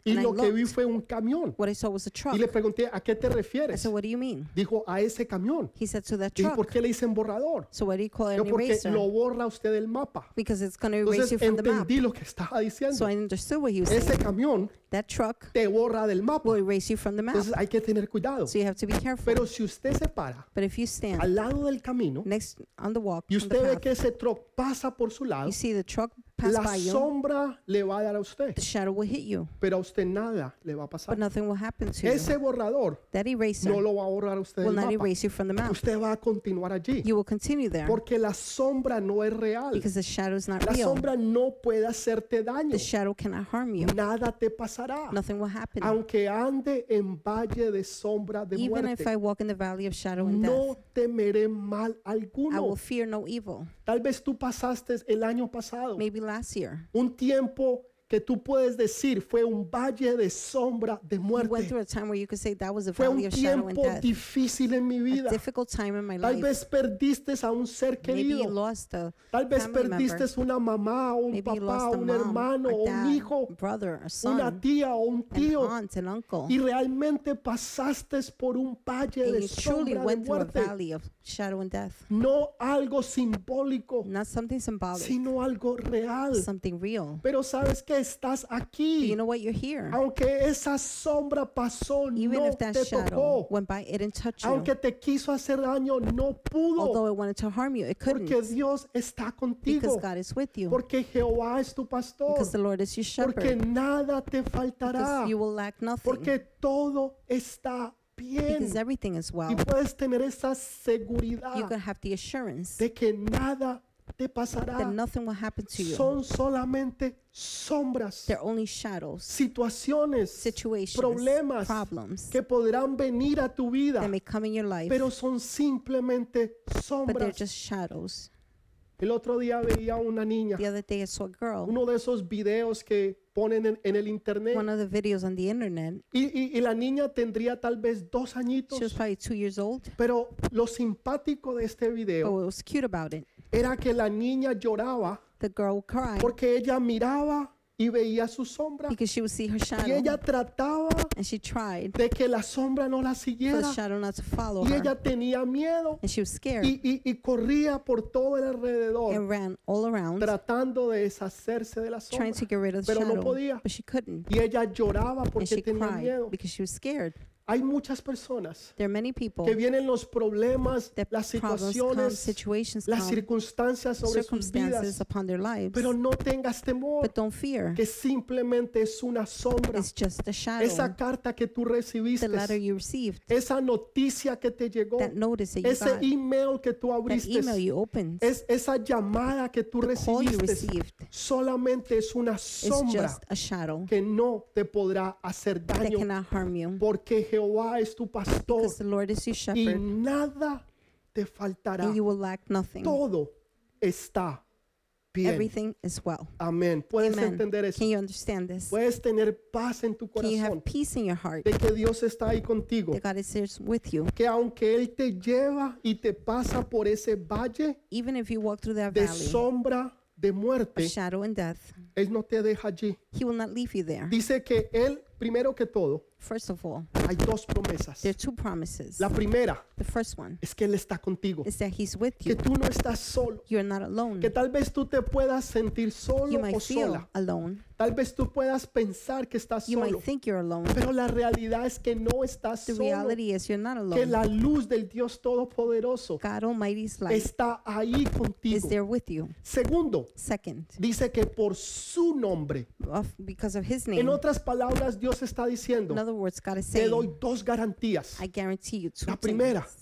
y And I lo que vi looked. fue un camión. What I saw was a truck. Y le pregunté, ¿a qué te I refieres? said, "What do you mean?" Dijo, a ese camión. He said, "To that ¿Y por truck." qué le dicen borrador? So what do you call it? Yo An porque eraser? lo borra usted del mapa. Because it's going to erase you Entonces from the map. entendí lo que estaba So diciendo. I understood what he was Ese saying. camión That truck te borra del mapa. will erase you from the map. Entonces hay que tener cuidado. So you have to be careful. Pero si usted se para But if you stand al lado del camino next on the walk, y on the usted ve path, que ese truck pasa por su lado, you see the truck pass by la you, sombra le va a dar a usted, the shadow will hit you, pero a usted nada le va a but pasar. nothing will happen to you. Ese borrador That eraser no lo va a borrar a usted will del not mapa. erase you from the map. Usted va a continuar allí You will continue there porque la sombra no es real. because the shadow is not La real. sombra no puede hacerte daño. The shadow cannot harm you. Nada te pasará. Nothing will happen. Aunque ande en valle de sombra de Even if I muerte, walk in the valley of shadow and death, no temeré mal I alguno. will fear no evil. Tal vez tú pasaste el año pasado Maybe last year, un tiempo que tú puedes decir fue un valle de sombra de I went muerte. through a time where you could say that was a Fue valley un of shadow and tiempo death. difícil en mi A vida. difficult time in my Tal life. vez perdiste a un ser Maybe you querido. lost a Tal vez family perdiste member. una mamá, o un Maybe you lost papá, a un mom, hermano, a o un dad, hijo, brother, a una son, tía o un an tío. aunt, an uncle. y realmente pasaste por un valle And de you truly sombra de went through a muerte. valley of shadow and death. No algo simbólico, Not something symbolic, sino algo real. something real. Pero sabes que estás But aquí. you know what? You're here. Aunque esa sombra pasó, Even no if that te shadow tocó. went by, it didn't touch you. Aunque te quiso hacer daño, no pudo. Although it wanted to harm you, it Porque couldn't. Dios está Because contigo. God is with you. Porque Jehová es tu pastor. Because the Lord is your Porque shepherd. nada te faltará. Because you will lack nothing. Porque todo está bien. Because everything is Y well. puedes tener esa You seguridad can have the assurance de que nada te that pasará. nothing will happen to you. Son solamente sombras, They're only shadows. situaciones, situations, problemas problems que podrán venir a tu vida, that may come in your life, pero son simplemente but they're sombras. just shadows. El otro día veía a una niña, The other day I saw a girl, Ah. uno de esos videos que ponen en, en el internet, one of the videos on the internet. y, y- y la niña tendría tal vez dos She was añitos, probably two years old, pero lo simpático de este but video what was cute about it era que la niña lloraba The girl would cry porque ella miraba y veía su sombra because she would see her y shadow, ella trataba and she tried de que la sombra no la for siguiera the shadow not to follow y her, ella tenía miedo and she was scared y, y- y corría por todo el alrededor and ran all around tratando de deshacerse de la trying to sombra get rid of the pero no shadow, podía. but she couldn't, y ella lloraba and she porque tenía cried miedo. because she was scared. Hay muchas personas There are many people que vienen los problemas, that las problems come, situaciones, situations las come, circunstancias sobre sus circumstances vidas, upon their lives, pero no tengas temor, but don't fear. que simplemente es una sombra. It's just a shadow. Esa carta que tú The letter recibiste, you received, esa noticia que te llegó, that notice that you ese got, email que tú that abriste, email you opened, es esa llamada que tú call you recibiste, received, solamente es una it's sombra just a shadow que no te podrá hacer that daño cannot harm you. porque Jehová es tu pastor Because the Lord is your y shepherd, nada te faltará. and you will lack nothing. Todo está bien. Everything is well. Amén. Puedes Amen. entender eso. Can you understand this? Puedes tener paz en tu Can you corazón have peace in your heart de que Dios está ahí contigo. that God is there with you? Que aunque Él te lleva y te pasa por ese valle Even if you walk through that de valley sombra de of muerte, shadow and death, Él no te deja allí. He will not leave you there. Dice que Él, primero que todo, First of all, hay dos promesas. there are two promises. La primera The first one es que Él está contigo. is that He's with Que you. tú no estás solo. You're not alone. Que tal vez tú te puedas sentir Mm. You solo o might feel sola. alone. Tal vez tú puedas pensar que estás You solo. might think you're alone. Pero la realidad es que no estás The solo. reality is you're not Que alone. la luz del Dios Todopoderoso God Almighty's light está ahí is contigo. there with you. Segundo, Second, dice que por su nombre. of, because of His En name. otras palabras, Dios está In diciendo, other words, God is te saying, doy dos garantías. I guarantee you two La primera. things.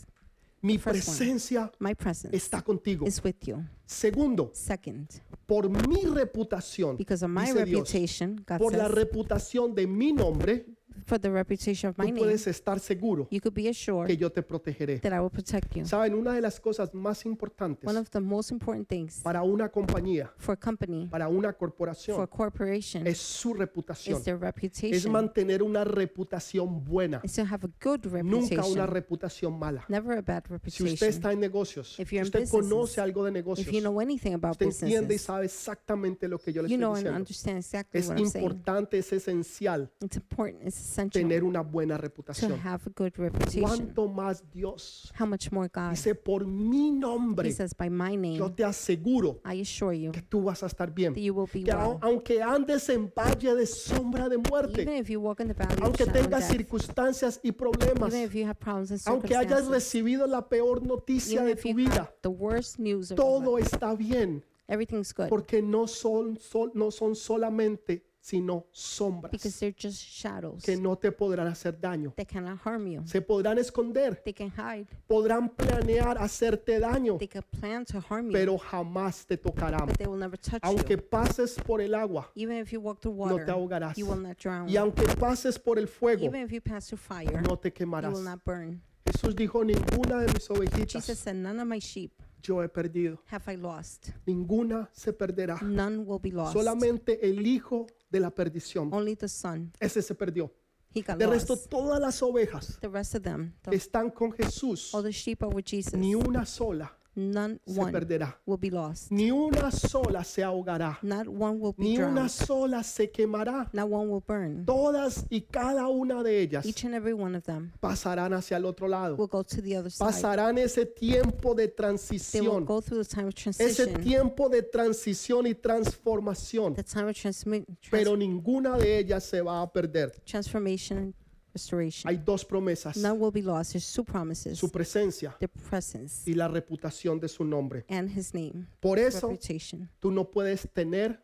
Mi first one. presencia My presence está contigo. is with you. Segundo, Second, por mi reputación, because of my dice Dios, reputation, God por la says, reputación de mi nombre, for the reputation of my tú name, puedes estar seguro you could be que assured yo te protegeré. that I will protect you. Saben, una de las cosas más importantes One of the most important things para una compañía, for a company, para una for a corporación, corporation, es su reputación. is their Es reputation. mantener una reputación buena, Is to have a good nunca una reputation, reputación mala. never a bad Si usted reputation. está en negocios, si If you're in usted conoce businesses, algo de If you negocios, know anything about usted entiende y businesses, sabe exactamente lo que yo le you estoy know and diciendo. understand exactly Es what I'm saying. importante, es esencial It's important, it's essential tener una buena to reputación. have a good reputation. Cuanto más Dios How much more God? dice por mi He nombre, says, by my yo name, te aseguro I assure you que tú vas a estar bien. that you will be Que au- well. aunque andes en valle de sombra de Even muerte, if you walk in the valley of aunque shadow and tengas death, circunstancias y even problemas, if you have problems and aunque hayas circumstances, recibido la peor noticia even de if tu you got vida, the worst news of your todo life, está bien, everything's good porque no son, sol- no son solamente, sino because sombras they're just shadows que no te podrán hacer daño. that cannot harm you. Se podrán esconder, They can hide. podrán planear hacerte daño, They can plan to harm you, pero jamás te tocarán. but they will never touch Aunque you. pases por el agua Even if you walk through no te water, ahogarás. you will not drown. Y aunque pases por el fuego Even if you pass through fire, no te you quemarás. will not burn. Jesús dijo, ninguna de mis Jesus ovejitas said, None of my sheep yo he perdido. have I lost. Ninguna se perderá. None will be lost. Solamente el hijo de la perdición. Only the son. Ese se perdió. He got De resto, lost. todas las ovejas The rest of them, que the, están con Jesús, all the sheep are with Jesus. ni una sola None se Oh, one perderá. will be lost. Ni una sola se ahogará. Not one will be Ni una drowned. sola se quemará. Not one will burn. Todas y cada una de ellas Each and every one of them pasarán hacia el otro lado. will go to the other side. pasarán ese tiempo de They will transición, go through the time of ese transition, tiempo de transición y transformación, the time of transmi- trans- pero ninguna de ellas se va a perder. transformation and Hay restoration. dos promesas, None will be lost. There's two promises su presencia their presence y la reputación de su nombre. and his name, Por eso reputation. tú no puedes tener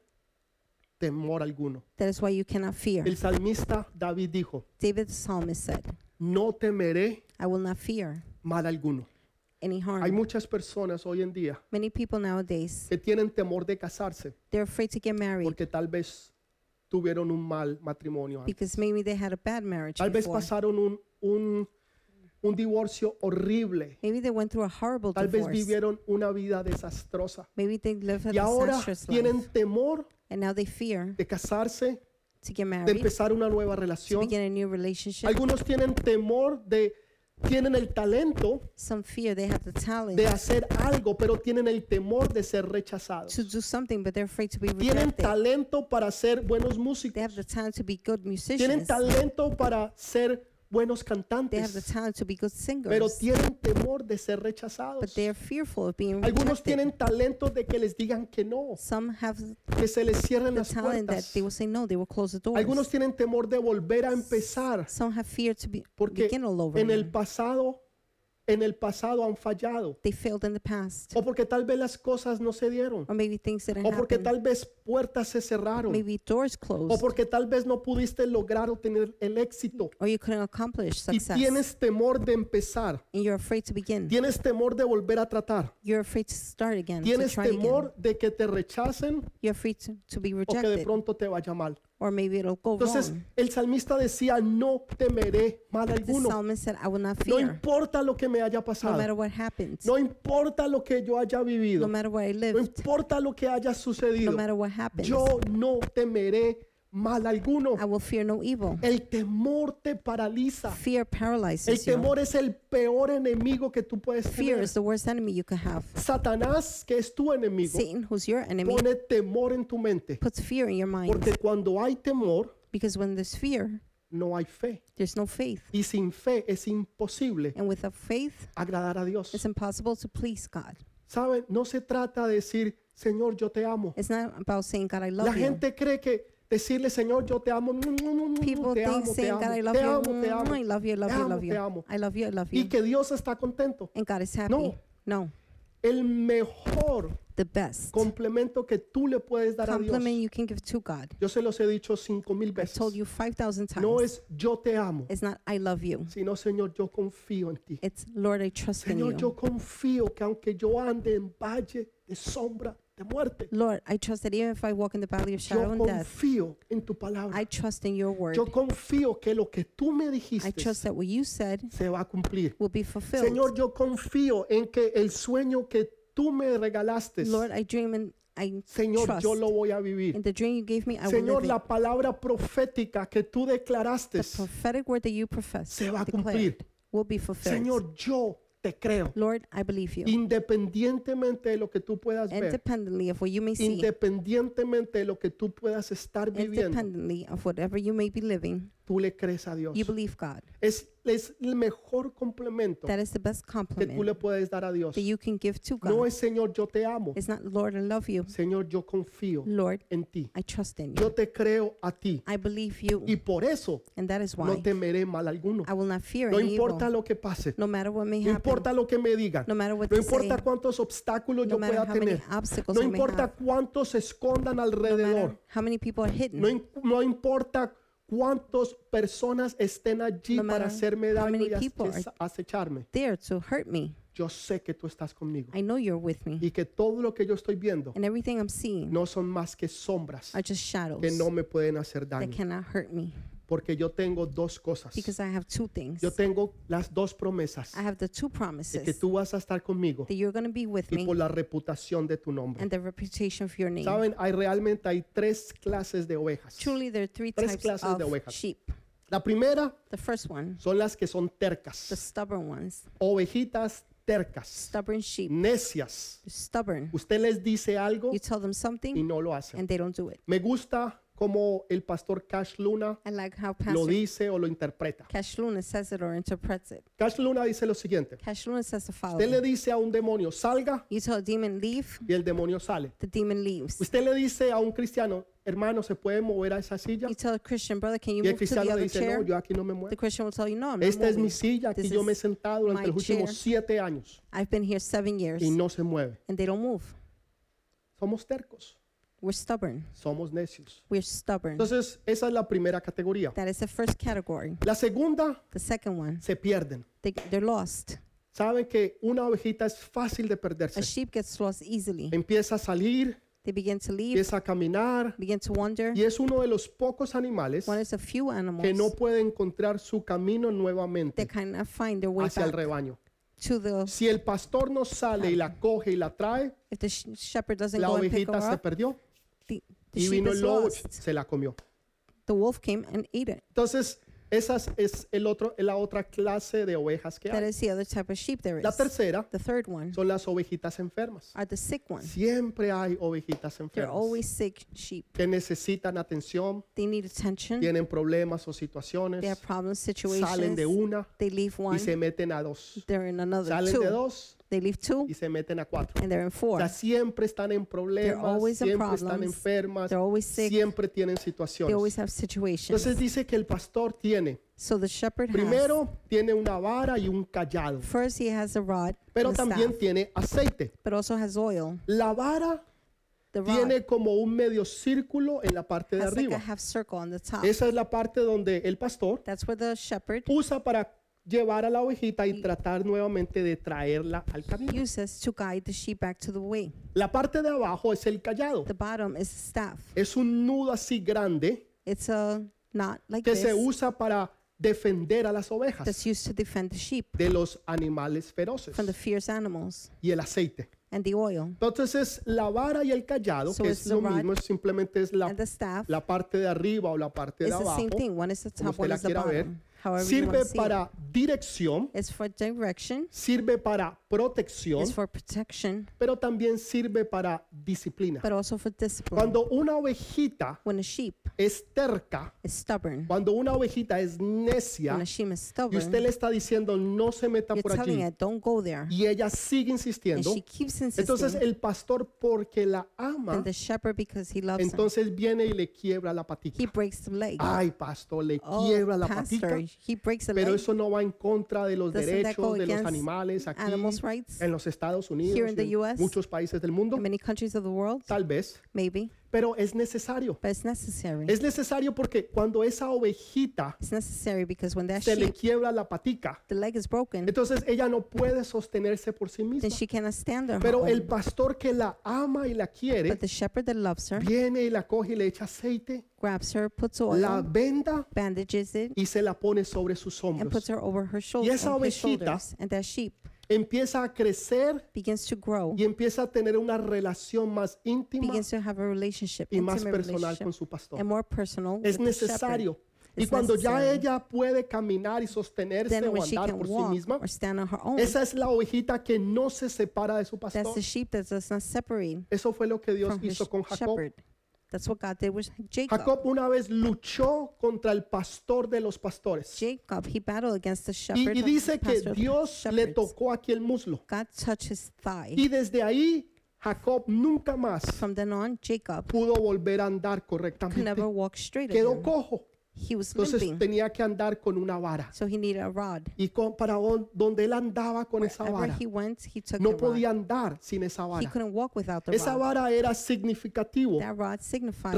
temor alguno. That is why you cannot fear. El salmista David dijo, David the psalmist said, no temeré I will not fear mal alguno. any harm. Hay muchas personas hoy en día Many people nowadays, que tienen temor de casarse they're afraid to get married porque tal vez tuvieron un mal matrimonio antes. because maybe they had a bad marriage Tal vez before. pasaron un, un, un divorcio horrible. Maybe they went through a horrible Tal vez divorce. vivieron una vida desastrosa. Maybe they lived a Y ahora disastrous life. tienen temor And now they fear de casarse, to get de married, empezar una nueva to relación. begin a new relationship. Algunos tienen temor de, tienen el talento Some fear they have the talent de hacer algo, pero tienen el temor de ser rechazados. to do something, but they're afraid to be Tienen rejected. talento para ser buenos músicos. They have the talent to be good Tienen musicians. talento para ser buenos They have the cantantes, talent to be good pero singers, tienen temor de ser rechazados. but they're fearful of being Algunos rejected. tienen talento de que les digan que no, Some have the que se les cierren las talent that puertas. they will say no, they will close the Algunos doors. tienen temor de volver a empezar Some have fear to be, porque begin all over en el again. pasado en el pasado han fallado They failed in the past, o porque tal vez las cosas no se dieron or maybe things didn't o porque happen. tal vez puertas se cerraron Maybe doors o closed, porque tal vez no pudiste lograr obtener el éxito or you couldn't accomplish y success, tienes temor de empezar, and you're afraid to begin. tienes temor de volver a tratar, You're afraid to start again, to tienes try again. temor de que te rechacen You're afraid to, to be o que de rejected, pronto te vaya mal. or maybe it'll go Entonces wrong. el salmista decía, no temeré mal The alguno, psalmist said, I will not no fear, importa lo que me haya no matter pasado, what happens, no importa lo que yo haya no vivido, matter where I No lived, importa lo que haya no sucedido, matter what happens. yo no temeré mal alguno. I will fear no evil. El temor te paraliza. Fear El paralyzes you. temor es el peor enemigo que tú puedes Fear tener. is the worst enemy you can have. Satanás, que es tu enemigo, Satan, who's your enemy, pone temor en tu mente. puts fear in your mind Porque cuando hay temor, because when there's fear, no hay fe. there's no faith. Y sin fe es imposible And without faith, agradar a Dios. it's impossible to please God. ¿Saben? No se trata de decir, Señor, yo te amo. It's not about saying, God, I La love you. gente cree que decirle, Señor, yo te amo, mm, mm, mm, People te think amo, te saying, God, I amo, love te you. amo, te Mm, amo. I love you, I love Te you, I amo, love te you. amo. I love you, I love y you. que Dios está contento. And God is No. happy. No, El mejor the best complemento que tú le puedes dar a Dios. compliment you can give to God. Yo se los he dicho cinco mil I told veces. you 5,000 No times. es yo te amo, It's not, I love you. sino Señor, yo confío en ti. It's, Lord, I trust in Señor, you. yo confío que aunque yo ande en valle de sombra de muerte, Lord, I trust that even if I walk in the valley of shadow yo and death, confío en tu palabra. I trust in your word. Yo confío que lo que tú me I dijiste trust that what you said se va a cumplir. will be fulfilled. Señor, yo confío en que el sueño que tú me regalaste, Lord, I dream and I Señor, trust. yo lo voy a vivir. in the dream you gave me, I will Señor, live la palabra profética que tú declaraste, it. The prophetic word that you profess se va a declared, cumplir. will be fulfilled. Señor, yo te creo. Lord, I believe you. Independientemente de lo que tú puedas ver, Independently of what you may see, independientemente de lo que tú puedas estar viviendo, independently of whatever you may be living, tú le crees a Dios. you believe God. Es, es el mejor complemento That is the best que tú le compliment puedes dar a Dios. that you can give to No God. es Señor, yo te amo. It's not, Lord, I love you. Señor, yo confío Lord, en ti. I trust in you. Yo te creo a ti. I believe you. Y por eso And that is why no temeré mal alguno. I will not fear No any importa evil, lo que pase. no matter what may No happen, importa lo que me digan. no matter what No they say, importa cuántos obstáculos no yo matter pueda how many tener. obstacles No I may importa have, cuántos se escondan no matter Mm. alrededor. how many people are No, hidden, in- no importa cuántas personas estén allí No para matter hacerme how daño many y people ases- are- acecharme. there to hurt me. Yo sé que tú estás conmigo I know you're with me, y que todo lo que yo estoy viendo and everything I'm seeing no son más que sombras are just shadows que no me pueden hacer that daño. cannot hurt me Porque yo tengo dos cosas. because I have two things. Yo tengo las dos promesas I have the two de que promises tú vas a estar conmigo that you're going to be with y me por la reputación de tu nombre. and the reputation of your name. Saben, hay realmente hay tres clases de ovejas. Truly, there are three Tres types clases de of ovejas. sheep. La primera The first one, son las que son the tercas, stubborn ones, ovejitas tercas, stubborn Mm. sheep, necias. stubborn. Usted les dice algo You tell them y something no lo hacen. and they don't do it. Me gusta como el pastor Cash Luna I like how lo Pastor dice o lo interpreta. Cash Luna says it or interprets it. Cash Luna dice lo siguiente. Cash Luna says the Usted le following. dice a un demonio, salga You tell a demon leave, y el demonio sale. the demon leaves. Usted le dice a un cristiano, hermano, ¿se puede mover a esa silla? You tell a Christian brother, can you Y el move to the cristiano le other dice, no, chair? yo aquí no me muevo. The Christian will tell you, no, I'm not Esta es mi moving. silla, aquí This yo me he is- sentado durante my los últimos chair. Pues siete años I've been here seven years y no se mueve. and they don't move. Somos tercos, We're stubborn. somos necios. We're stubborn. Entonces, esa es la primera categoría. That is the first category. La segunda, The second one, se pierden. they, they're lost. Saben que una ovejita es fácil de A perderse. sheep gets lost easily. Empieza a salir, They begin to leave, empieza a caminar begin to wander. y es uno de los pocos animales One is a few que no animals puede encontrar su camino that nuevamente cannot find their way hacia el back rebaño. to the Si el pastor no sale y la coge y la trae, If the sh- shepherd doesn't la go and pick ovejita her se up, perdió the, the y sheep vino el is lobo, lost. se la comió. The wolf came and ate it. Entonces, Esa es- es el otro, la otra clase de ovejas que That hay. is the other type of sheep there La is. tercera The third one son las ovejitas enfermas. are the sick ones. Siempre hay ovejitas They're enfermas Ah, always sick sheep. que necesitan atención, They need attention. tienen problemas o Mm. They situaciones, have problems, salen situations. de una They leave y one. se meten a dos. They're in another Salen de two. dos They leave two y se meten a cuatro. and they're in O sea, four. siempre están en problemas, always in siempre están problems. enfermas, They're always sick. siempre tienen They always situaciones. have Entonces situations. dice que el pastor tiene, So the shepherd has. primero tiene una vara y un callado, First, he has a rod, and pero a staff, también tiene aceite. but also has oil. La vara The rod tiene como un medio círculo en la parte de has like a arriba. half circle on the top. Esa es la parte donde el pastor That's where the shepherd usa para llevar a la ovejita y tratar nuevamente de traerla al camino. uses to guide the sheep back to the way. La parte de abajo es el callado. The bottom is the staff. Es un nudo así grande It's a knot like que se this usa para defender a las ovejas that's used to defend the sheep de los animales feroces from the fierce animals y el aceite. and the oil. Entonces es la vara y el callado, So que it's es lo the rod mismo, es simplemente es la, And the staff la parte de arriba o la parte de is the abajo, same thing. One is the como top, usted one la is the quiera ver. bottom. However you want Sirve to see it. para dirección, It's for direction. sirve para protección, It's for protection, pero también sirve para disciplina. but also for discipline. Cuando una ovejita When a sheep es terca, is stubborn, cuando una ovejita es necia, when a sheep is y usted stubborn, le está diciendo no se meta you're por telling allí, it, don't go there. y ella sigue And insistiendo, she keeps Entonces insisting. el pastor porque la ama, And the shepherd, because he loves them, entonces viene y le quiebra la he patita. breaks the leg. Ay, pastor, le quiebra Ah. Oh, la patita. pastor, he breaks the Pero leg. eso no va en contra de los Doesn't that derechos go de los against animales aquí animals' rights? en los Estados Unidos, Here in y the en US? muchos países del mundo, In many countries of the world, tal vez, maybe, pero es necesario. but it's necessary. Es necesario porque cuando esa ovejita It's necessary because when that se le sheep, quiebra la patica, the leg is broken, entonces ella no puede sostenerse por sí misma. then she cannot stand on her Pero el own. pastor que la ama y la quiere, But the shepherd that loves her viene y la coge y le echa aceite, grabs her, puts oil, la venda bandages it, y se la pone sobre sus and puts hombros. her over her shoul- esa on his ovejita- shoulders. And that sheep Empieza a crecer begins to grow, y empieza a tener una relación más íntima begins to have a relationship, y más intimate personal con relationship, su pastor. and more personal Es with the shepherd. necesario. Y It's cuando ya necessary. ella puede caminar y sostenerse Then o when she andar can por sí walk misma, or stand on her own, esa es la ovejita que no se separa de su that's pastor. the sheep that does not separate Eso fue lo que Dios from his hizo con Jacob. shepherd. That's what God did with Jacob. Jacob una vez luchó contra el pastor de los pastores. Jacob, he battled against the shepherd. Y, y of dice the que pastor of Dios le shepherds. tocó aquí el muslo. God touched his thigh. Y desde ahí, Jacob nunca más From then on, Jacob pudo volver a andar could correctamente. never walk straight Quedó again. cojo. He was Entonces limping, tenía que andar con una vara. so he needed a rod. Y con- para on- donde él andaba con esa Wherever vara, he went, he took no the rod. podía andar sin esa He vara. couldn't walk without the Esa rod. vara era significativo, That rod signified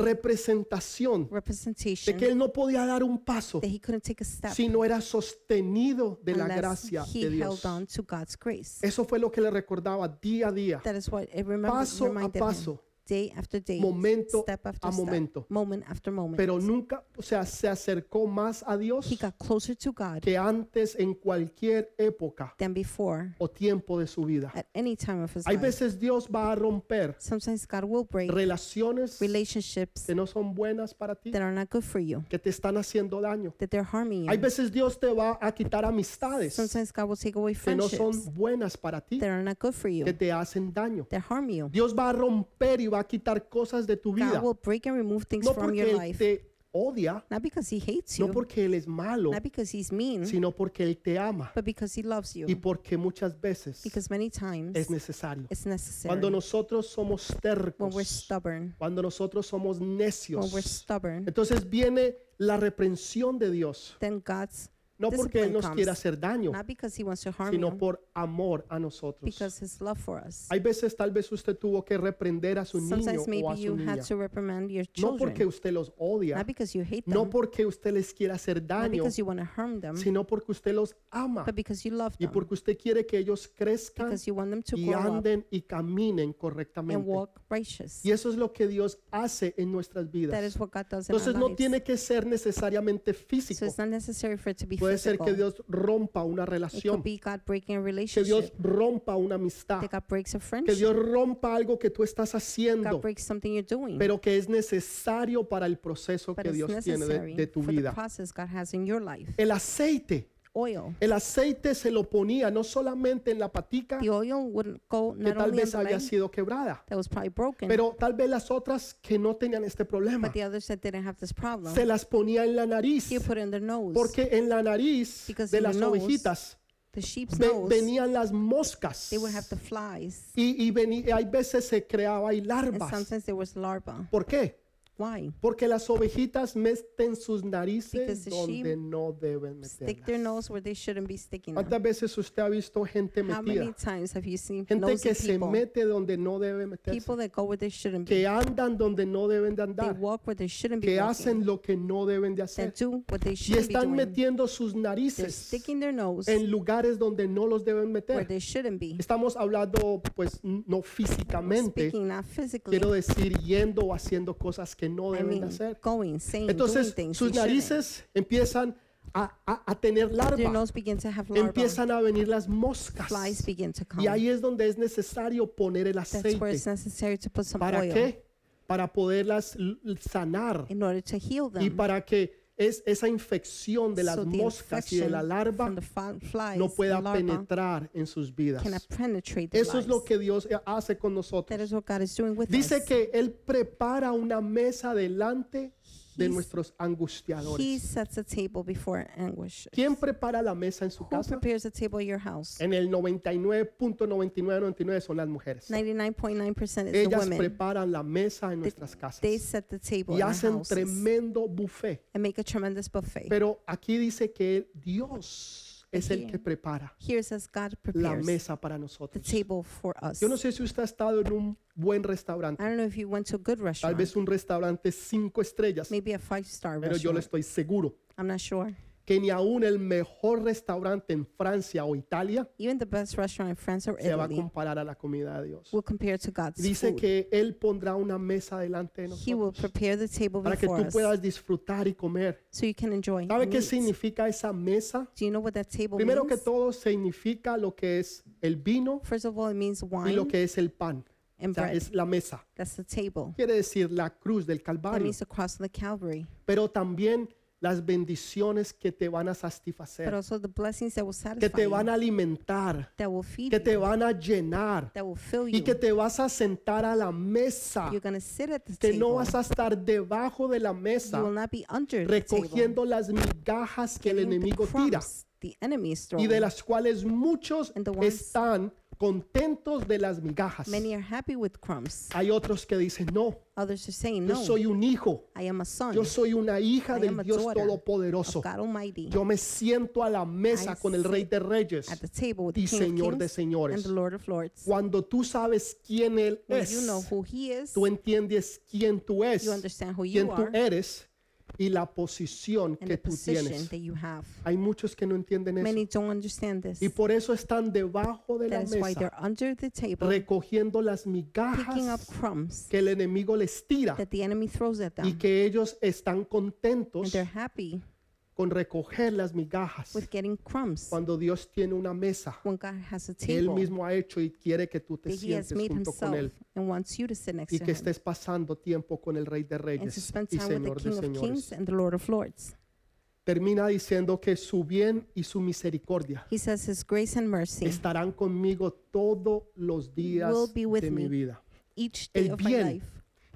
representación de representation que él no podía dar un paso that he couldn't take a step si no era sostenido de la unless gracia he de Dios. held on to God's grace. Eso fue lo que le recordaba día a día, That is what it remember, Paso a reminded him. paso. Day after day. Momento step after a step, momento. Moment after moment. pero nunca, o sea, se acercó más a Dios he got closer to God que antes en cualquier época than before o tiempo de su vida. at any time of his Hay life. veces Dios va a romper Sometimes God will break relaciones relationships que no son buenas para ti, that are not good for you, que te están haciendo daño. that they're harming Hay you. veces Dios te va a quitar amistades Sometimes God will take away que no friendships son buenas para ti, that are not good for que you, te hacen daño. that harm you. Dios va a romper y va a quitar cosas de tu vida, God will break and remove things no from porque your Él life. te odia, Not because he hates no you, porque Él es malo, not because he's mean, sino porque Él te ama but because he loves you. y porque muchas veces Because many times es necesario. it's necessary. Cuando nosotros somos when we're tercos, stubborn, cuando nosotros somos when we're necios. stubborn, Entonces viene la reprensión de Dios, then God's no porque Él discipline nos quiera comes. hacer daño, Not because he wants to harm sino you, por amor a nosotros. because his love for us. Hay veces tal vez usted tuvo que reprender a su niño Sometimes maybe o a su you niña, had to reprimand your no porque children, usted los odia, not because you hate no them, porque usted les quiera hacer not daño, because you want to harm them, sino porque usted los ama but because you love y them, porque usted quiere que ellos crezcan because you want them to y grow up anden y caminen and correctamente. walk righteous. Y eso es lo que Dios hace en nuestras That vidas. is what God does in Entonces our no lives. tiene que ser necesariamente So físico. it's not necessary for it to be Puede ser physical. que Dios rompa una it relación, could be God breaking a que Dios relationship. rompa una amistad, That God breaks a que friendship. Dios rompa algo que tú estás haciendo, God breaks something you're doing. pero que es necesario para el proceso but que it's Dios tiene de, necessary de tu for the vida. Eh, process God has in your life. El aceite, Oil. el aceite se lo ponía no solamente en la patica The oil wouldn't go ah. que not tal only on vez the había leg sido quebrada, that was probably broken, pero tal vez las otras que no tenían este problema but the others that didn't have this problem. se las ponía en la nariz, You put it in their nose. porque en la nariz Because de in las your nose, ovejitas the sheep's ve- nose. venían las moscas They would have the flies. y, y veni- hay veces se creaba y And larvas. sometimes there was larva. ¿Por qué? Why? Porque las ovejitas meten sus narices Because the donde sheep no deben Stick their meterlas. nose where they shouldn't be sticking. them. ¿Cuántas veces usted ha visto gente How many metida? times have you seen Gente nosy que se people? mete donde no debe meterse, People that go where they shouldn't be. que andan donde no deben de They andar, walk where they shouldn't be que walking. hacen lo que no deben de They hacer do what they y shouldn't be están doing. metiendo sus They're narices sticking their nose en lugares donde no los deben where meter. they shouldn't be. Estamos hablando pues n- no físicamente, Speaking not physically. quiero decir yendo o haciendo cosas que no I deben de mean, hacer. going, saying, doing Entonces things. sus they shouldn't. narices empiezan a, a- a tener Their larva, nose begin to have larvae. empiezan a venir las moscas Flies begin to come. y ahí es donde es necesario poner el That's where it's aceite. necessary to put some ¿Para oil qué? Para poderlas l- sanar in order to heal them. y para que es esa infección de las so the moscas y de la infection larva from the fa- flies no and pueda larva penetrar en sus vidas. cannot penetrate the Eso es lo lives. que Dios hace con That nosotros. is what God is doing with Dice us. que Él prepara una mesa delante de He's- nuestros He angustiadores. sets a table before anguish. ¿Quién prepara la mesa en su Who casa? prepares a table at your house? En el 99.9999 son las mujeres. 99.9% is the Ellas women. preparan la mesa en nuestras casas They set the table y in our hacen houses tremendo buffet. and make a tremendous buffet. Pero aquí dice que Dios es el que prepara Here it says God la prepares mesa para the nosotros. table for us. Yo no sé si usted ha estado en un buen restaurante, I don't know if you went to a good tal restaurant, vez un restaurante cinco estrellas, maybe a five-star pero yo le restaurant. estoy seguro I'm not sure. que ni aún el mejor restaurante en Francia o Italia Even the best restaurant in France or se va a Italy comparar a la comida de Dios. will compare to God's Dice food. que Él pondrá una mesa delante de He will nosotros prepare the table para que before tú us puedas disfrutar y comer. so you can enjoy. ¿Sabe qué meat. significa esa mesa? Do you know what that table Primero que means? todo significa lo que es el vino First of all, it means y lo wine que es el pan. O and sea, bread. es la mesa. That's the table. Quiere decir la cruz del That Calvario, means the cross of the Calvary. pero también las bendiciones que te van a But satisfacer, also the blessings that will que satisfy te van you, a alimentar, that will feed que te you, van a llenar that will fill y you. que te vas a sentar a la mesa, You're going to sit at the que no table. vas a estar debajo de la You will mesa not be under the table. recogiendo las migajas que el Getting the enemigo tira crumbs the enemy is y throwing. de las cuales muchos And the ones- están contentos de las migajas. Many are happy with crumbs. Hay otros que dicen, no, Others are saying, Ah, yo no, soy un hijo, I am a son yo soy una hija I del am a Dios daughter Todopoderoso. of God Almighty Yo me siento a la mesa I con el Rey de Reyes at the table with y the King Señor of de Kings and Señores. the Lord of Lords. Cuando tú sabes quién Él When you know es, who he is, tú entiendes quién tú es, you understand who quién you tú are eres y la posición and the que tú position tienes. that you have. Hay muchos que no entienden eso Many don't understand this. y por eso están debajo de la That is why mesa they're under the table recogiendo las picking up migajas crumbs que el enemigo les tira that the enemy throws at y them. que ellos están And contentos they're happy con recoger las migajas with getting crumbs cuando Dios tiene una mesa when God has a que Él table mismo ha hecho y quiere que tú te that he has sientes made junto con Él himself and wants you to sit next y to que him estés pasando tiempo con el Rey de and to Reyes spend y time Señor with the de King of Kings Señores. and the Lord of Lords. Termina diciendo que su bien y su misericordia He says his grace and mercy estarán conmigo todos los días be with de mi me. vida. each El day of my bien. life.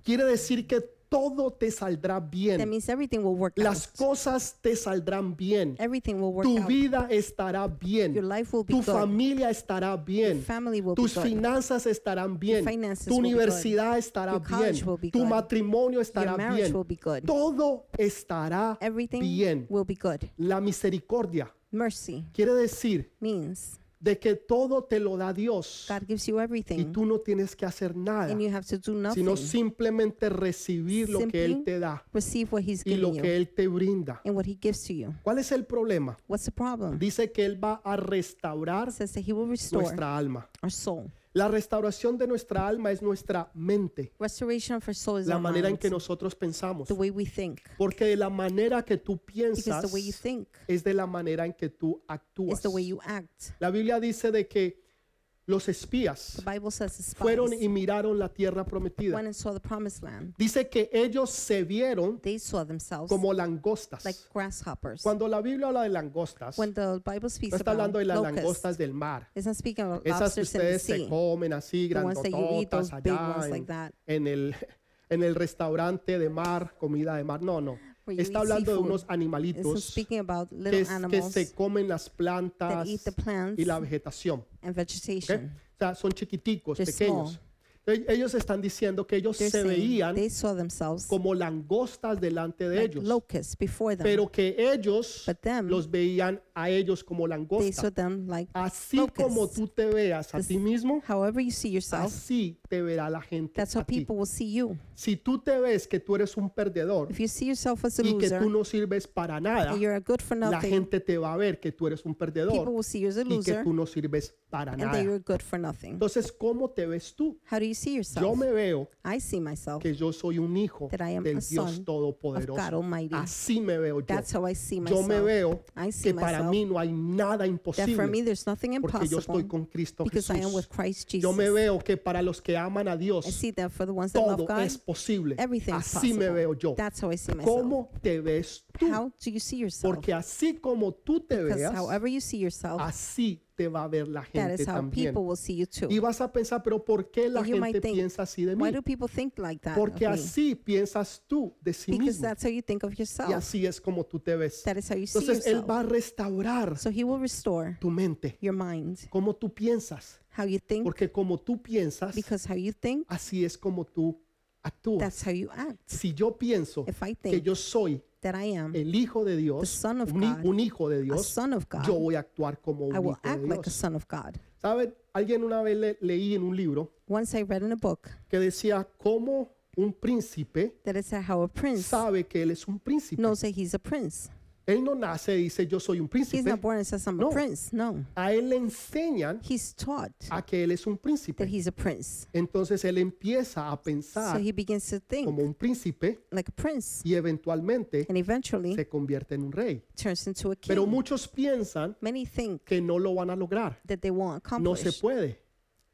Quiere decir que todo te saldrá That bien. means everything will work Las out. cosas te saldrán bien. Everything will work Tu out. vida estará Your bien. life will be Tu good. familia estará Your bien. family will be Tus good. finanzas estarán bien. finances Tu will be good. universidad estará Your college bien. will be Tu good. matrimonio estará Your marriage bien. will be good. Todo estará Everything bien. will be good. La misericordia Mercy quiere decir means de que todo te lo da Dios God gives you y everything tú no tienes que hacer nada, and you have to do sino nothing. simplemente recibir lo que Él Simply te da Receive what He's y lo giving you que Él te brinda. and what He gives to you. ¿Cuál es el problema? What's the problem? Dice que Él va a restaurar It says that He will restore nuestra alma. our soul. La restauración de nuestra alma es nuestra mente, Restoration of our soul is la our manera en minds, que nosotros pensamos. the way we think. Porque de la manera que tú Because piensas the way you think es de la manera en que tú is actúas. the way you act. La Biblia dice de que los espías The Bible says the spies fueron y miraron la tierra prometida. went and saw the promised land. Dice que ellos se vieron They saw themselves como like langostas. grasshoppers. Cuando la Biblia habla de langostas, when the Bible speaks no está about hablando de las locusts, langostas del mar. it's not speaking about Esas que lobsters in the ustedes se sea. comen así, The ones that you eat, grandototas those big ones allá en, like that. en el, en el restaurante de mar, comida de mar. No, no. Where you Está eat hablando de seafood. unos It's not animalitos speaking about que, little es- que animals se comen las plantas eat the plants. y la vegetación. and ¿ok? vegetation. O sea, son chiquiticos, They're pequeños. E- Ellos están diciendo que ellos They're se saying veían they saw themselves como langostas delante de like ellos, locusts before them. pero que ellos But them, los Ah, veían a ellos como they saw langostas. them like Así como locusts. tú te veas a This- ti mismo, however you see yourself, así te verá la gente that's how a ti. people will see you. Si tú te ves que tú eres un perdedor If you see yourself as a y que loser tú no sirves para nada, and you're a good for la nothing, gente te va a ver que tú eres un people perdedor will see you as a y que loser tú no sirves para and that nada. you're good for nothing. Entonces, ¿cómo te ves tú? How do you see Yo yourself? me veo I see myself. que yo soy un hijo That I am del a Dios son of God Todopoderoso. Almighty. Así me veo yo. That's how I see Yo me myself. veo I see que para myself mí no hay nada that for me imposible there's nothing porque yo estoy impossible con Cristo because I am Jesús. with Christ Yo Jesus. me veo que para los que aman a I Dios see that for the ones that love todo God, es posible. everything is Así me veo possible. yo. That's how I see myself. ¿Cómo te ves tú? How do you see yourself? Porque así como tú te Because veas, however you see yourself, así te va a ver la that gente is how también. people will see you Y too. vas a pensar, pero ¿por qué la And you might gente think, piensa así de mí? Why do people think like that? of Porque me? así piensas tú de sí Because mismo. that's how you think of Y yourself. así es como tú te ves. That is how you see Entonces Él va yourself. a restaurar So He will restore tu mente, your mind, como tú piensas. how you think, Porque como tú piensas, because how you think, así es como tú actúas. that's how you act. Si yo pienso If I que think yo soy that I am el hijo de Dios, son of un, hi- God, un hijo de a Dios, son of yo God, voy a actuar como un I will hijo de act like a Dios. son of God. ¿Saben? Alguien una vez le- leí en un libro Once I read in a book que decía cómo un príncipe that it said how a prince sabe que él es un príncipe. knows that he's a prince. Él no nace y dice yo soy un He's príncipe. not born and says I'm No. a prince. No. A él le enseñan He's taught a que él es un that príncipe. he's a prince. Entonces él empieza a So pensar he begins to como think un príncipe like a prince y eventualmente and eventually se convierte en un rey. turns into a Pero king. muchos piensan Many think que no lo van a lograr. that they won't No se accomplish. puede.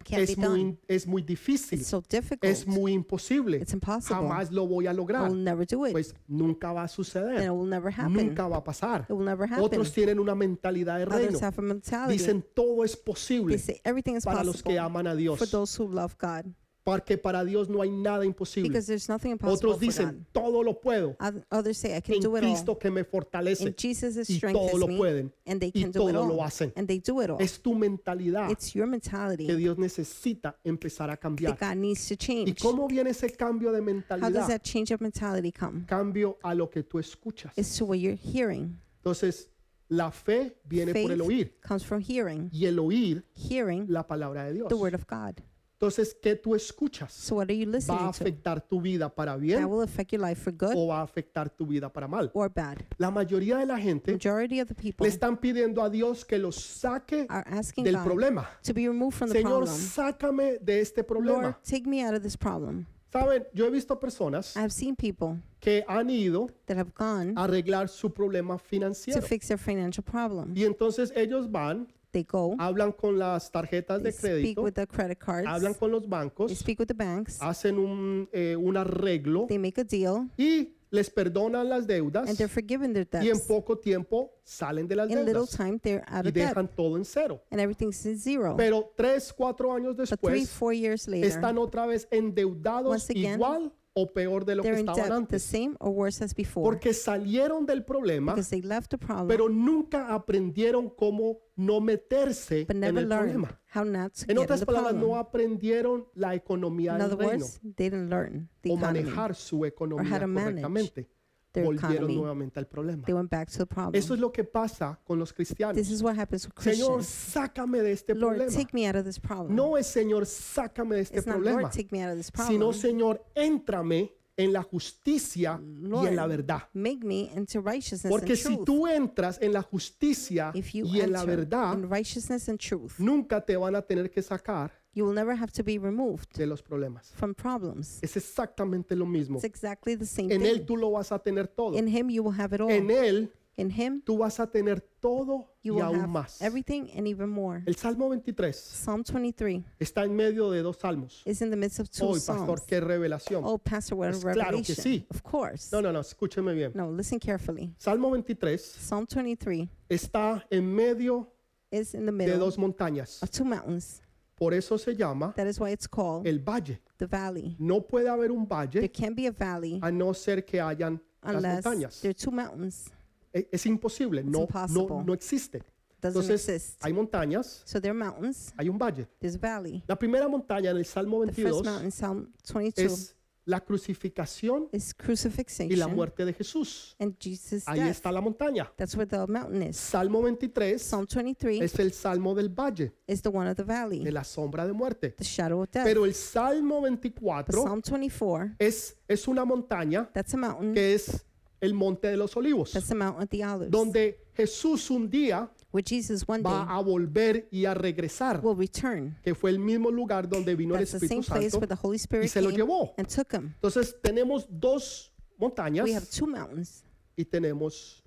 Can't be Es done. muy, es muy difícil. It's so Es difficult. muy imposible. It's impossible. Jamás lo voy a I lograr. will never do it. Pues nunca va a Then it suceder. will never happen. Nunca va a pasar. It will never happen. Otros tienen una mentalidad de reino. Others have a mentality. Dicen todo es posible They say everything is para los que possible aman a for Dios. those who love God Porque para Dios no hay nada imposible. because there's nothing impossible Otros for God. dicen todo lo puedo Oth- Others say, I can en do it all. Cristo que me fortalece. And Jesus Y is todo strengthens lo me. pueden. And they Y can do it todo lo all. hacen. And they do it all. Es tu mentalidad It's your que mentality Dios necesita empezar a that cambiar. God needs to ¿Y change. cómo viene ese cambio de How does mentalidad? that change of mentality come? Cambio a lo que tú escuchas. It's to what you're hearing. Entonces, la fe viene por el oír Faith comes from hearing. y el oír Hearing la palabra de Dios. the word of God. Entonces, ¿qué tú escuchas? So what are you ¿Va a listening to? afectar tu vida para That bien will affect your life for good o va a afectar tu vida para mal? or bad. La mayoría de la gente Majority of the le people están pidiendo a Dios que los saque are asking del God problema. to be removed from the Señor, problem. sácame de este Lord, problema. take me out of this problem. Saben, yo he visto personas I've seen people que han ido that have gone a arreglar su problema to financiero. fix their financial problem. Y entonces ellos van, They go, hablan con las tarjetas de they speak crédito, with the credit hablan Ah, cards, con los they bancos, speak with the banks, hacen un, eh, un arreglo they make a deal, y les perdonan las deudas and they're forgiven their y en debts. poco tiempo salen de las In little deudas time, they're out y of debt, dejan todo en cero. and everything's in zero. Pero tres, cuatro años But three, después four years later, están otra vez endeudados Once again, igual o peor de lo que they're in estaban debt the antes. same or worse as before porque salieron del problema, because they left the problem pero nunca aprendieron cómo no meterse but en never el learned problema. how not to En get in otras the palabras, no problem. aprendieron la economía In del other reino words, they didn't learn the o economy, manejar su economía to manage correctamente. their Volvieron economy. nuevamente al problema. They went back to the problem. Eso es lo que pasa con los cristianos. This is what happens with Señor, Christians. sácame de este Lord, problema. take me out of this problem. No es Señor, sácame de este It's not Lord, problema, take me out of this problem. sino Señor, éntrame en la justicia y en la Lord, verdad. Make me into righteousness Porque and si truth. tú entras en la justicia if you y en la enter verdad, in righteousness and truth, nunca te van a tener que sacar you will never have to be removed de los problemas. from problems. Es exactamente lo mismo. It's exactly the same En Él thing. tú lo vas a tener todo. In Him, you will have it all. En Él In Him, tú vas a tener todo you y will aún have más. everything and even more. El Salmo 23 Psalm 23 está en medio de dos salmos. is in the midst of two Hoy, psalms. pastor, qué revelación. oh, Pastor, what a Pues claro que revelation! sí. Of course. No, no, no, escúcheme bien. No, listen carefully. Salmo 23 Psalm 23 está en medio is in the de middle dos montañas. of two mountains. Por eso se llama That is why it's called el valle. the valley. No puede haber un There valle can be a valley a no ser que hayan las unless montañas. there are two mountains. E- Es imposible, no, no, impossible. no existe. Doesn't Entonces, exist. hay montañas, So there are mountains. hay un valle. There's a valley. La primera montaña en el Salmo The first 22 mountain, Psalm 22, es la crucificación is y la crucifixion muerte de Jesús. and Jesus' Ahí death. está la montaña. That's where the mountain is. Salmo 23 Psalm 23 es el salmo del valle, is the one of the valley, de la sombra de muerte. the shadow of death. Pero el Salmo But 24 Psalm 24, es, es una montaña that's a mountain. que es el monte de los olivos, That's the Mount of the Olives, donde Jesús un día where Jesus one day va a volver y a regresar, will return. que fue el mismo lugar donde vino el That's the Espíritu same place Santo where the Holy y Spirit se lo came llevó. and took him. Entonces tenemos dos We have montañas two mountains y tenemos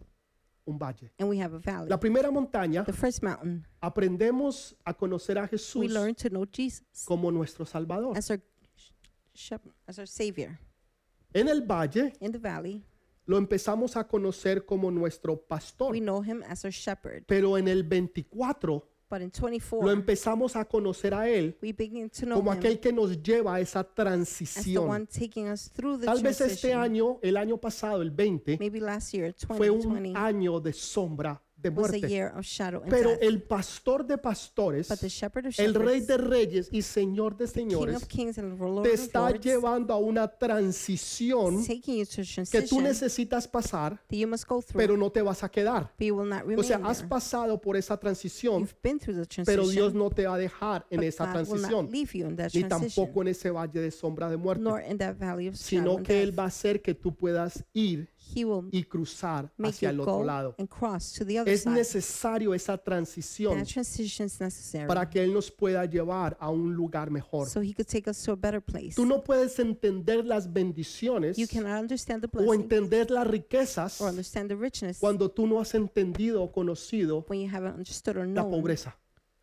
un valle. and we have a valley. La primera montaña, The first mountain, aprendemos a conocer a Jesús we learn to know Jesus como nuestro Salvador. as our sh- shepherd, as our Savior. En el valle In the valley, lo empezamos a conocer como nuestro pastor, we know him as our shepherd. pero en el 24 But in lo 24, empezamos a conocer a Él we begin to know como him aquel que nos lleva a esa as the one transición. taking us through the Tal vez este transition. año, el año pasado, el 20, Maybe last year, fue un 2020, año de sombra, de was a muerte. year of shadow and Pero death. el pastor de pastores, But the shepherd of el shepherds, rey de reyes y señor de King señores, of kings and Lord te of está lords, llevando a una transición taking you to a que tú transition that necesitas pasar, you must go through, pero no te vas a quedar. but you will not remain O sea, has there. pasado por esa transición, You've been through the transition, pero Dios no te va a dejar en but esa God will not transición, leave you in that ni transition, tampoco en ese valle de sombra de muerte, nor in that valley of shadow sino and que death. Él va a hacer que tú puedas ir He will y cruzar make hacia you el go otro lado. and cross to the other Es side. necesario esa transición That transition is necessary para que Él nos pueda llevar a un lugar mejor. so he could take us to a better place. Tú no puedes entender las bendiciones You cannot understand the o blessing entender las riquezas or understand the richness cuando tú no has entendido o conocido when you haven't understood or la known pobreza.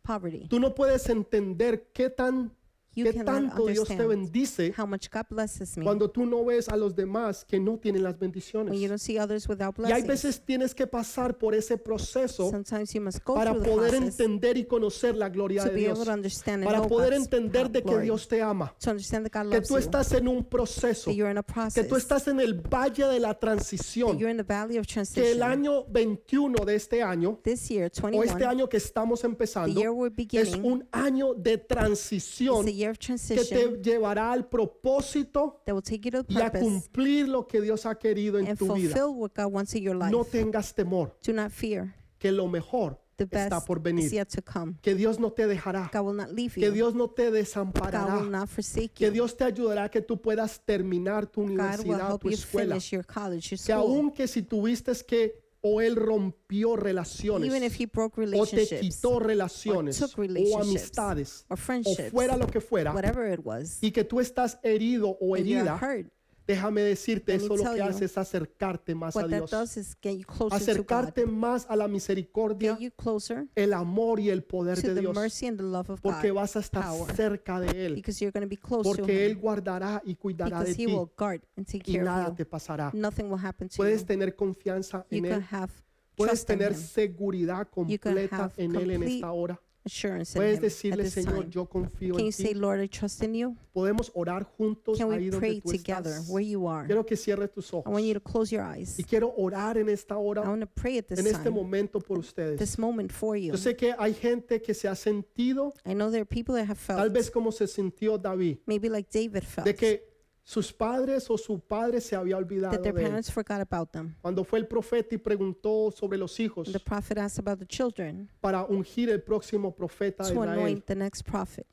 poverty. Tú no puedes entender qué tan You qué cannot tanto Dios te understand bendice how much God blesses me cuando tú no ves a los demás que no tienen las when you bendiciones. don't see others without Y hay blessings. veces tienes que pasar por ese proceso Sometimes you must go para through the poder process entender y conocer la gloria to de be able Dios, to understand and para know poder God's entender power, de que glory, Dios te ama, to understand that God que loves tú you, estás en un proceso, that you're in a que process, tú estás en el valle de la that transición, you're in the valley of que el transition. año 21 de este año This year, o 21, este año que estamos the empezando year we're es beginning, un año de It's a transición year of que te transition llevará al propósito that will take you to the y a purpose cumplir lo que Dios ha querido en and tu vida. fulfill what God wants in your life. No tengas temor, Do not fear. que lo mejor The está best por is venir, yet to come. que Dios no te dejará, God will not leave que you. Dios no te God will desamparará, not forsake que you. Dios te ayudará a que tú puedas terminar tu God will universidad, help tu you escuela, finish your college, your que school. aunque si tuviste que o él rompió relaciones Even if he broke o te relationships, quitó relaciones took o relationships, amistades or o friendships, fuera lo que fuera whatever it was, y que tú estás herido o and you're herida hurt, Déjame decirte, Let me eso lo tell que you hace es acercarte más a what that Dios. does is get you closer to God. Acercarte más a la misericordia, Get you closer el amor y el poder to de the Dios. mercy and the love of Porque God vas a estar power. cerca de Él. because you're going to be close to Porque Él Him guardará y cuidará de because ti. He will guard and take Y care nada of te you. pasará. Nothing will happen to you. Puedes tener confianza you en can Él. have Puedes trust in tener him, seguridad You can completa have en Él en complete esta hora. assurance in Puedes him at decirle, this Señor, time. yo confío Can en you ti. say, Lord, I trust in you? Podemos orar juntos Can ahí we donde pray tú together estás. where you are? Quiero que cierres tus I ojos. want you to close your eyes. Y quiero orar en esta hora, I want to pray at en this este time, momento por ustedes. this moment for you. Yo sé que hay gente que se ha sentido, I know there are people that have tal felt, vez como se sintió David, maybe like David felt, de que sus padres o su padre se había olvidado that their de él. parents forgot about them. Cuando fue el profeta y preguntó sobre los hijos The prophet asked about the children para ungir el próximo profeta de to Israel, anoint the next prophet.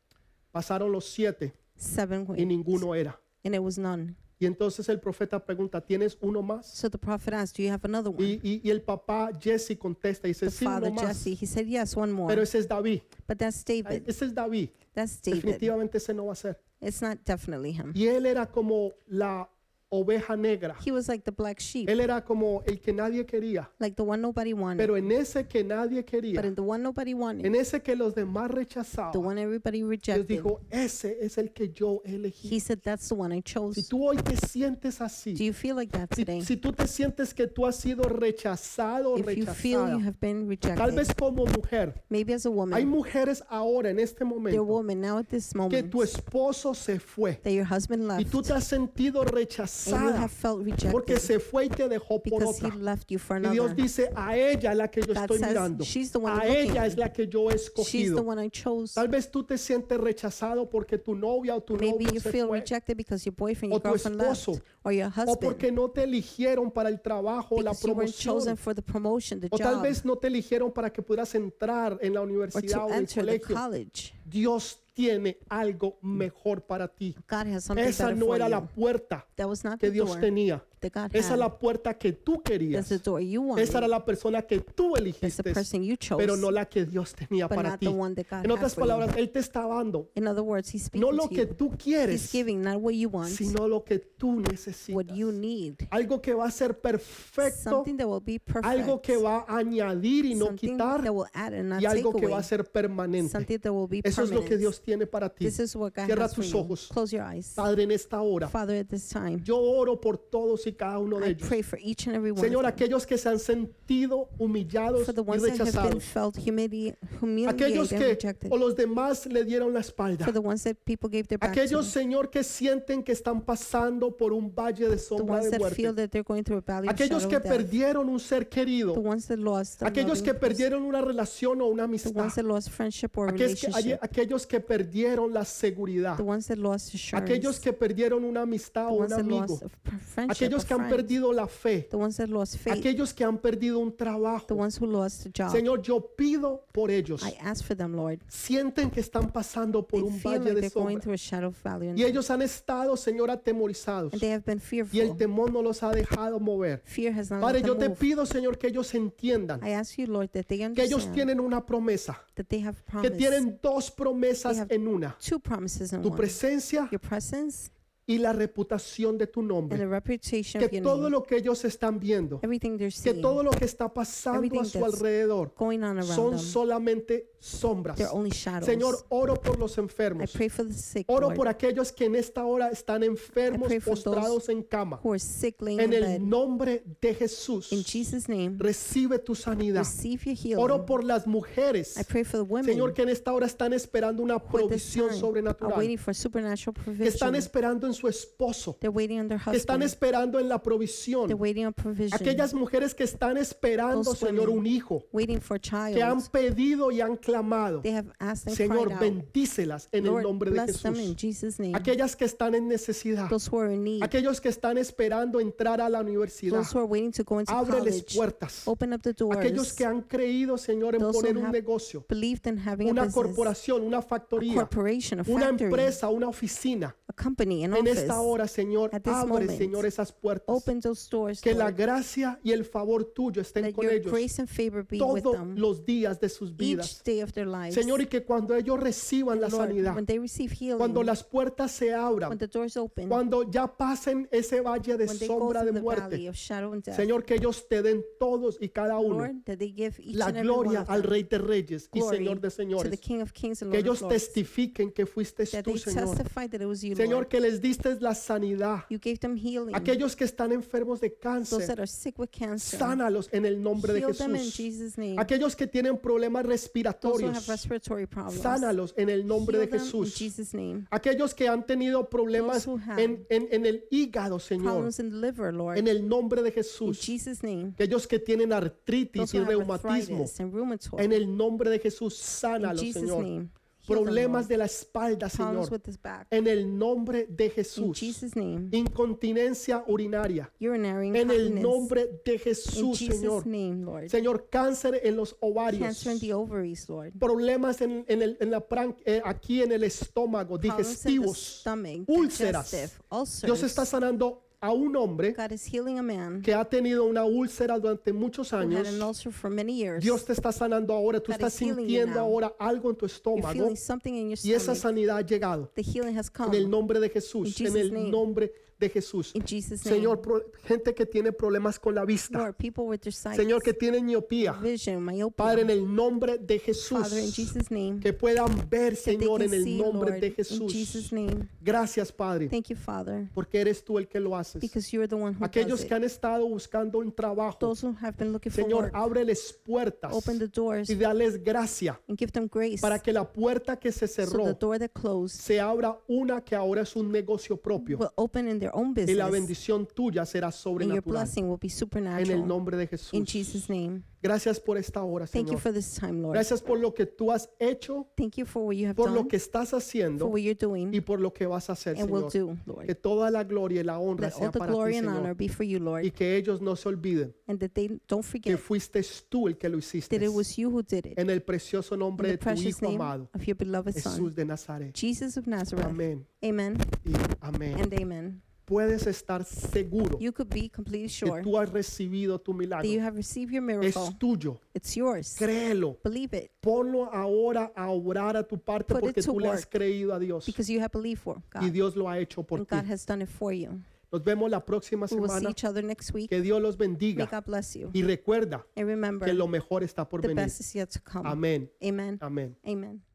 pasaron los siete Seven y went, ninguno era. and it was none. Y entonces el profeta pregunta, ¿tienes uno más? So the prophet asked, Do you have another one? Y, y- y el papá Jesse contesta y dice, the sí, uno father, más. Jesse, he said, Yes, one more. Pero ese es David. but that's Ay, David. Ese es David. That's David. Definitivamente ese no va a ser. It's not definitely him. Y él era como la oveja negra. He was like the black sheep, Él era como el que nadie quería. like the one nobody wanted. Pero en ese que nadie quería, But in the one nobody wanted, en ese que los demás the rechazaban, one everybody Dios rejected, dijo, ese es el que yo elegí. he said, That's the one I Si chose. tú hoy te sientes así, Do you feel like that Si, today? si tú te sientes que tú has sido rechazado o If you feel you rechazada, have been tal rejected, vez como mujer, maybe as a hay woman, mujeres ahora en este your momento woman, now at this que moment, tu esposo se fue that your husband y left, tú te has sentido and you rechazada have felt porque rejected se fue y te dejó por because he otra. left you for Y Dios another. dice, a ella es la que yo God estoy says, mirando, "She's the one a I'm looking ella at." es la que yo he She's the escogido. one I chose. Tal vez tú te sientes rechazado porque tu novia o tu Maybe novio you se feel fue rejected because your boyfriend, o your tu girlfriend left, esposo, or your o husband, porque no te eligieron para el trabajo o la because you weren't promoción chosen for the promotion, the O tal job, vez no te eligieron para que pudieras entrar en la or universidad to o en el enter the colegio. college. Dios tiene algo mejor para ti. God has something Esa better no for era la you. puerta That was not que the Dios door tenía. that God Esa es had. la puerta que tú That's querías. the door you Esa era wanted. la persona que tú That's the elegiste, person you pero chose. no la que Dios tenía but para not ti. the one that God En had otras for you. palabras, Él te está dando In other words, he's no speaking lo to que you. tú He's quieres, giving not what you want, sino lo que tú what you necesitas. need. Algo que va a ser perfecto, Something that will be algo perfect. que va a añadir y no Something quitar, that will add and not y take algo que va a away. ser permanente. Something that will be Eso es lo que permanent. Dios tiene para ti. This is what God Cierra has for tus you. ojos. Close your eyes. Padre, en esta hora, Father, at this time, yo oro por todos y cada uno de I ellos. pray for each and every one Señor, of them. aquellos que se han sentido humillados For the y ones that have been rechazados. felt humili- Aquellos humiliated and que rejected. o los demás le dieron la espalda. For the ones that people gave their back Aquellos, to. Señor, que sienten que están pasando por un valle de The sombra ones de that feel muerte. that they're going through a valley of Aquellos shadow que of death. perdieron un ser The querido. ones that lost their Aquellos loving que person. perdieron una relación o una The amistad. ones that lost friendship or Aquellos que- relationship. aquellos que perdieron la seguridad. The ones that lost assurance. Aquellos que perdieron una amistad the o un ones that amigo. lost a fr- friendship aquellos a que han friend. perdido la fe, The ones that lost faith. aquellos que han perdido un The trabajo. ones who lost a job. Señor, yo pido por ellos. I ask for them, Lord. Sienten que están pasando por They un feel valle like de they're going sombra E through a shadow valley. and y ellos han estado, Señor, atemorizados and they have been y fearful. el temor no los ha dejado mover. Fear has not let Padre, them yo te move. pido, Señor, que ellos entiendan I ask you, Lord, that they que ellos understand tienen una promesa, that they have que promised tienen dos promesas en una, two promises in tu one: presencia your presence y la reputación de tu and nombre. the reputation of Que your todo name. lo que ellos están viendo, Everything they're que seeing, todo lo que está pasando a Everything su that's alrededor, going on around son them, solamente sombras. they're only shadows. Señor, oro por los I enfermos. pray for the sick, Oro Lord, por aquellos que en esta hora están enfermos, pray for those postrados en cama. who are sick, laying in En bed. el nombre de Jesús, In Jesus' name, recibe tu sanidad. receive your healing. Oro por las I mujeres, pray for the women Señor, que en esta hora están esperando una who at this provisión time are waiting sobrenatural. for supernatural Que están provision. esperando en su esposo. They're waiting on their Que están husband. esperando en la They're provisión. waiting on provision. Aquellas mujeres que están esperando, Those Señor, women un hijo. waiting for a Que han child. pedido y han clamado. They have asked and cried Señor, out. bendícelas en el Lord, nombre de bless them Jesús. in Jesus' name. Aquellas que están en necesidad, Those who are in need. aquellos que están esperando entrar a la universidad, Those who are waiting to go into ábreles college. puertas. Open up the Aquellos doors. que han creído, Señor, en Those who poner un have negocio, Believed in having a una business, corporación, una factoría, corporation, a una factory, empresa, una oficina. a company, an En office. esta hora, Señor, At this abre, moment, Señor, esas puertas. Open those doors. Que la Lord, gracia y el favor tuyo estén that con your ellos grace and favor be with todos them los días de sus each vidas. day of their lives. Señor, y que cuando ellos reciban la Lord, sanidad, when they receive healing, cuando las puertas se abran, when the doors open, cuando ya pasen ese valle de when they go sombra through de the muerte, valley of shadow and death, Señor, que ellos te den todos y cada uno Lord, that they give each la and every one gloria of al them Rey de Reyes y glory Señor de to the Señores. King of Kings and Que Lord of ellos Lords, testifiquen que fuiste that tú, they Señor. testify that it was you, Señor, Lord. que les diste la sanidad. You gave them healing. Aquellos que están enfermos de Those that cáncer, are sick with cancer, sánalos en el nombre de heal them in Jesús. Jesus' name. Aquellos que tienen problemas Those who have respiratorios, respiratory problems, sánalos en el nombre de heal them in Jesús. Jesus' name. Aquellos que han tenido problemas who have en, en- en el hígado, Señor, Problems in the liver, Lord, en el nombre de in Jesús. Jesus' name. Aquellos que tienen Those artritis y who have reumatismo, arthritis and rheumatoid, En el nombre de Jesús, in sánalo, Jesus' Señor. name. Heal them, problemas Lord. de la espalda, Problems Señor, with his back. en el nombre de In Jesús. Jesus' name. Incontinencia urinaria, Urinary en el incontinence. nombre de In Jesús, Jesus' Señor. name, Lord. Señor, cáncer en los ovarios, Cancer in the ovaries, Lord. problemas en, en el- en la pran- eh, aquí en el estómago, Problems in the digestivos, stomach, úlceras. digestive, ulcers. Dios está sanando a un hombre God is healing a man que ha tenido una úlcera durante muchos who had años. an ulcer for many years. Dios te está sanando ahora, tú God estás is healing you sintiendo now. ahora algo en tu You're estómago feeling something in your y esa stomach. sanidad ha llegado The healing has come en el nombre de Jesús, In en Jesus' el name. nombre de Jesús. in Jesus' name. Señor, pro- gente que tiene problemas con la vista, Lord, people with their sight, Señor que tiene miopía, vision, myopia, Padre, en el nombre de Father, in Jesús, Jesus' name, que puedan ver, that they Señor, can en el see, nombre Lord, de in Jesus' Jesús. name. Gracias, Padre, Thank you, Father, porque eres tú el que lo haces. because you're the one who does Aquellos it. que han estado buscando un trabajo, Those who have been looking for Señor, work, ábreles puertas open the doors y dales gracia and give them grace para que la puerta que se so the cerró door that closed se abra una que ahora es un negocio propio will open in their own y la business bendición tuya será and your sobrenatural blessing will be en el supernatural. nombre de In Jesús. Jesus' name. Gracias por esta hora, Thank you Señor. for this time, Lord. Gracias por lo que tú has hecho, Thank you for what you have por lo done, que estás for haciendo what you're doing, y por lo que vas a hacer, and will Señor. do, Que Lord. toda la gloria y la honra Let all sea the para ti, glory and honor Señor, be for you, y Lord, que ellos no se olviden and that they don't que forget fuiste tú el que lo hiciste that it was you who did it. en el precioso In nombre the de tu precious Hijo name amado, of your beloved Son, Jesús de Nazaret. Jesus of Nazareth. Amén Amen y amén. and amen. Puedes estar seguro You could be que completely sure tú has recibido tu that you milagro. have received your Es miracle. tuyo. It's yours. Créelo. Believe it Ponlo ahora a orar a tu parte Put it porque to tú le has work. creído a Dios because you have believed for y God. Dios lo ha hecho por And ti. God has done it for you. Nos vemos la próxima We will see semana. each other next week. Que Dios los May bendiga God bless you. y recuerda And remember, que lo mejor está por the venir. best is yet to come. Amén. Amen. Amén. Amen.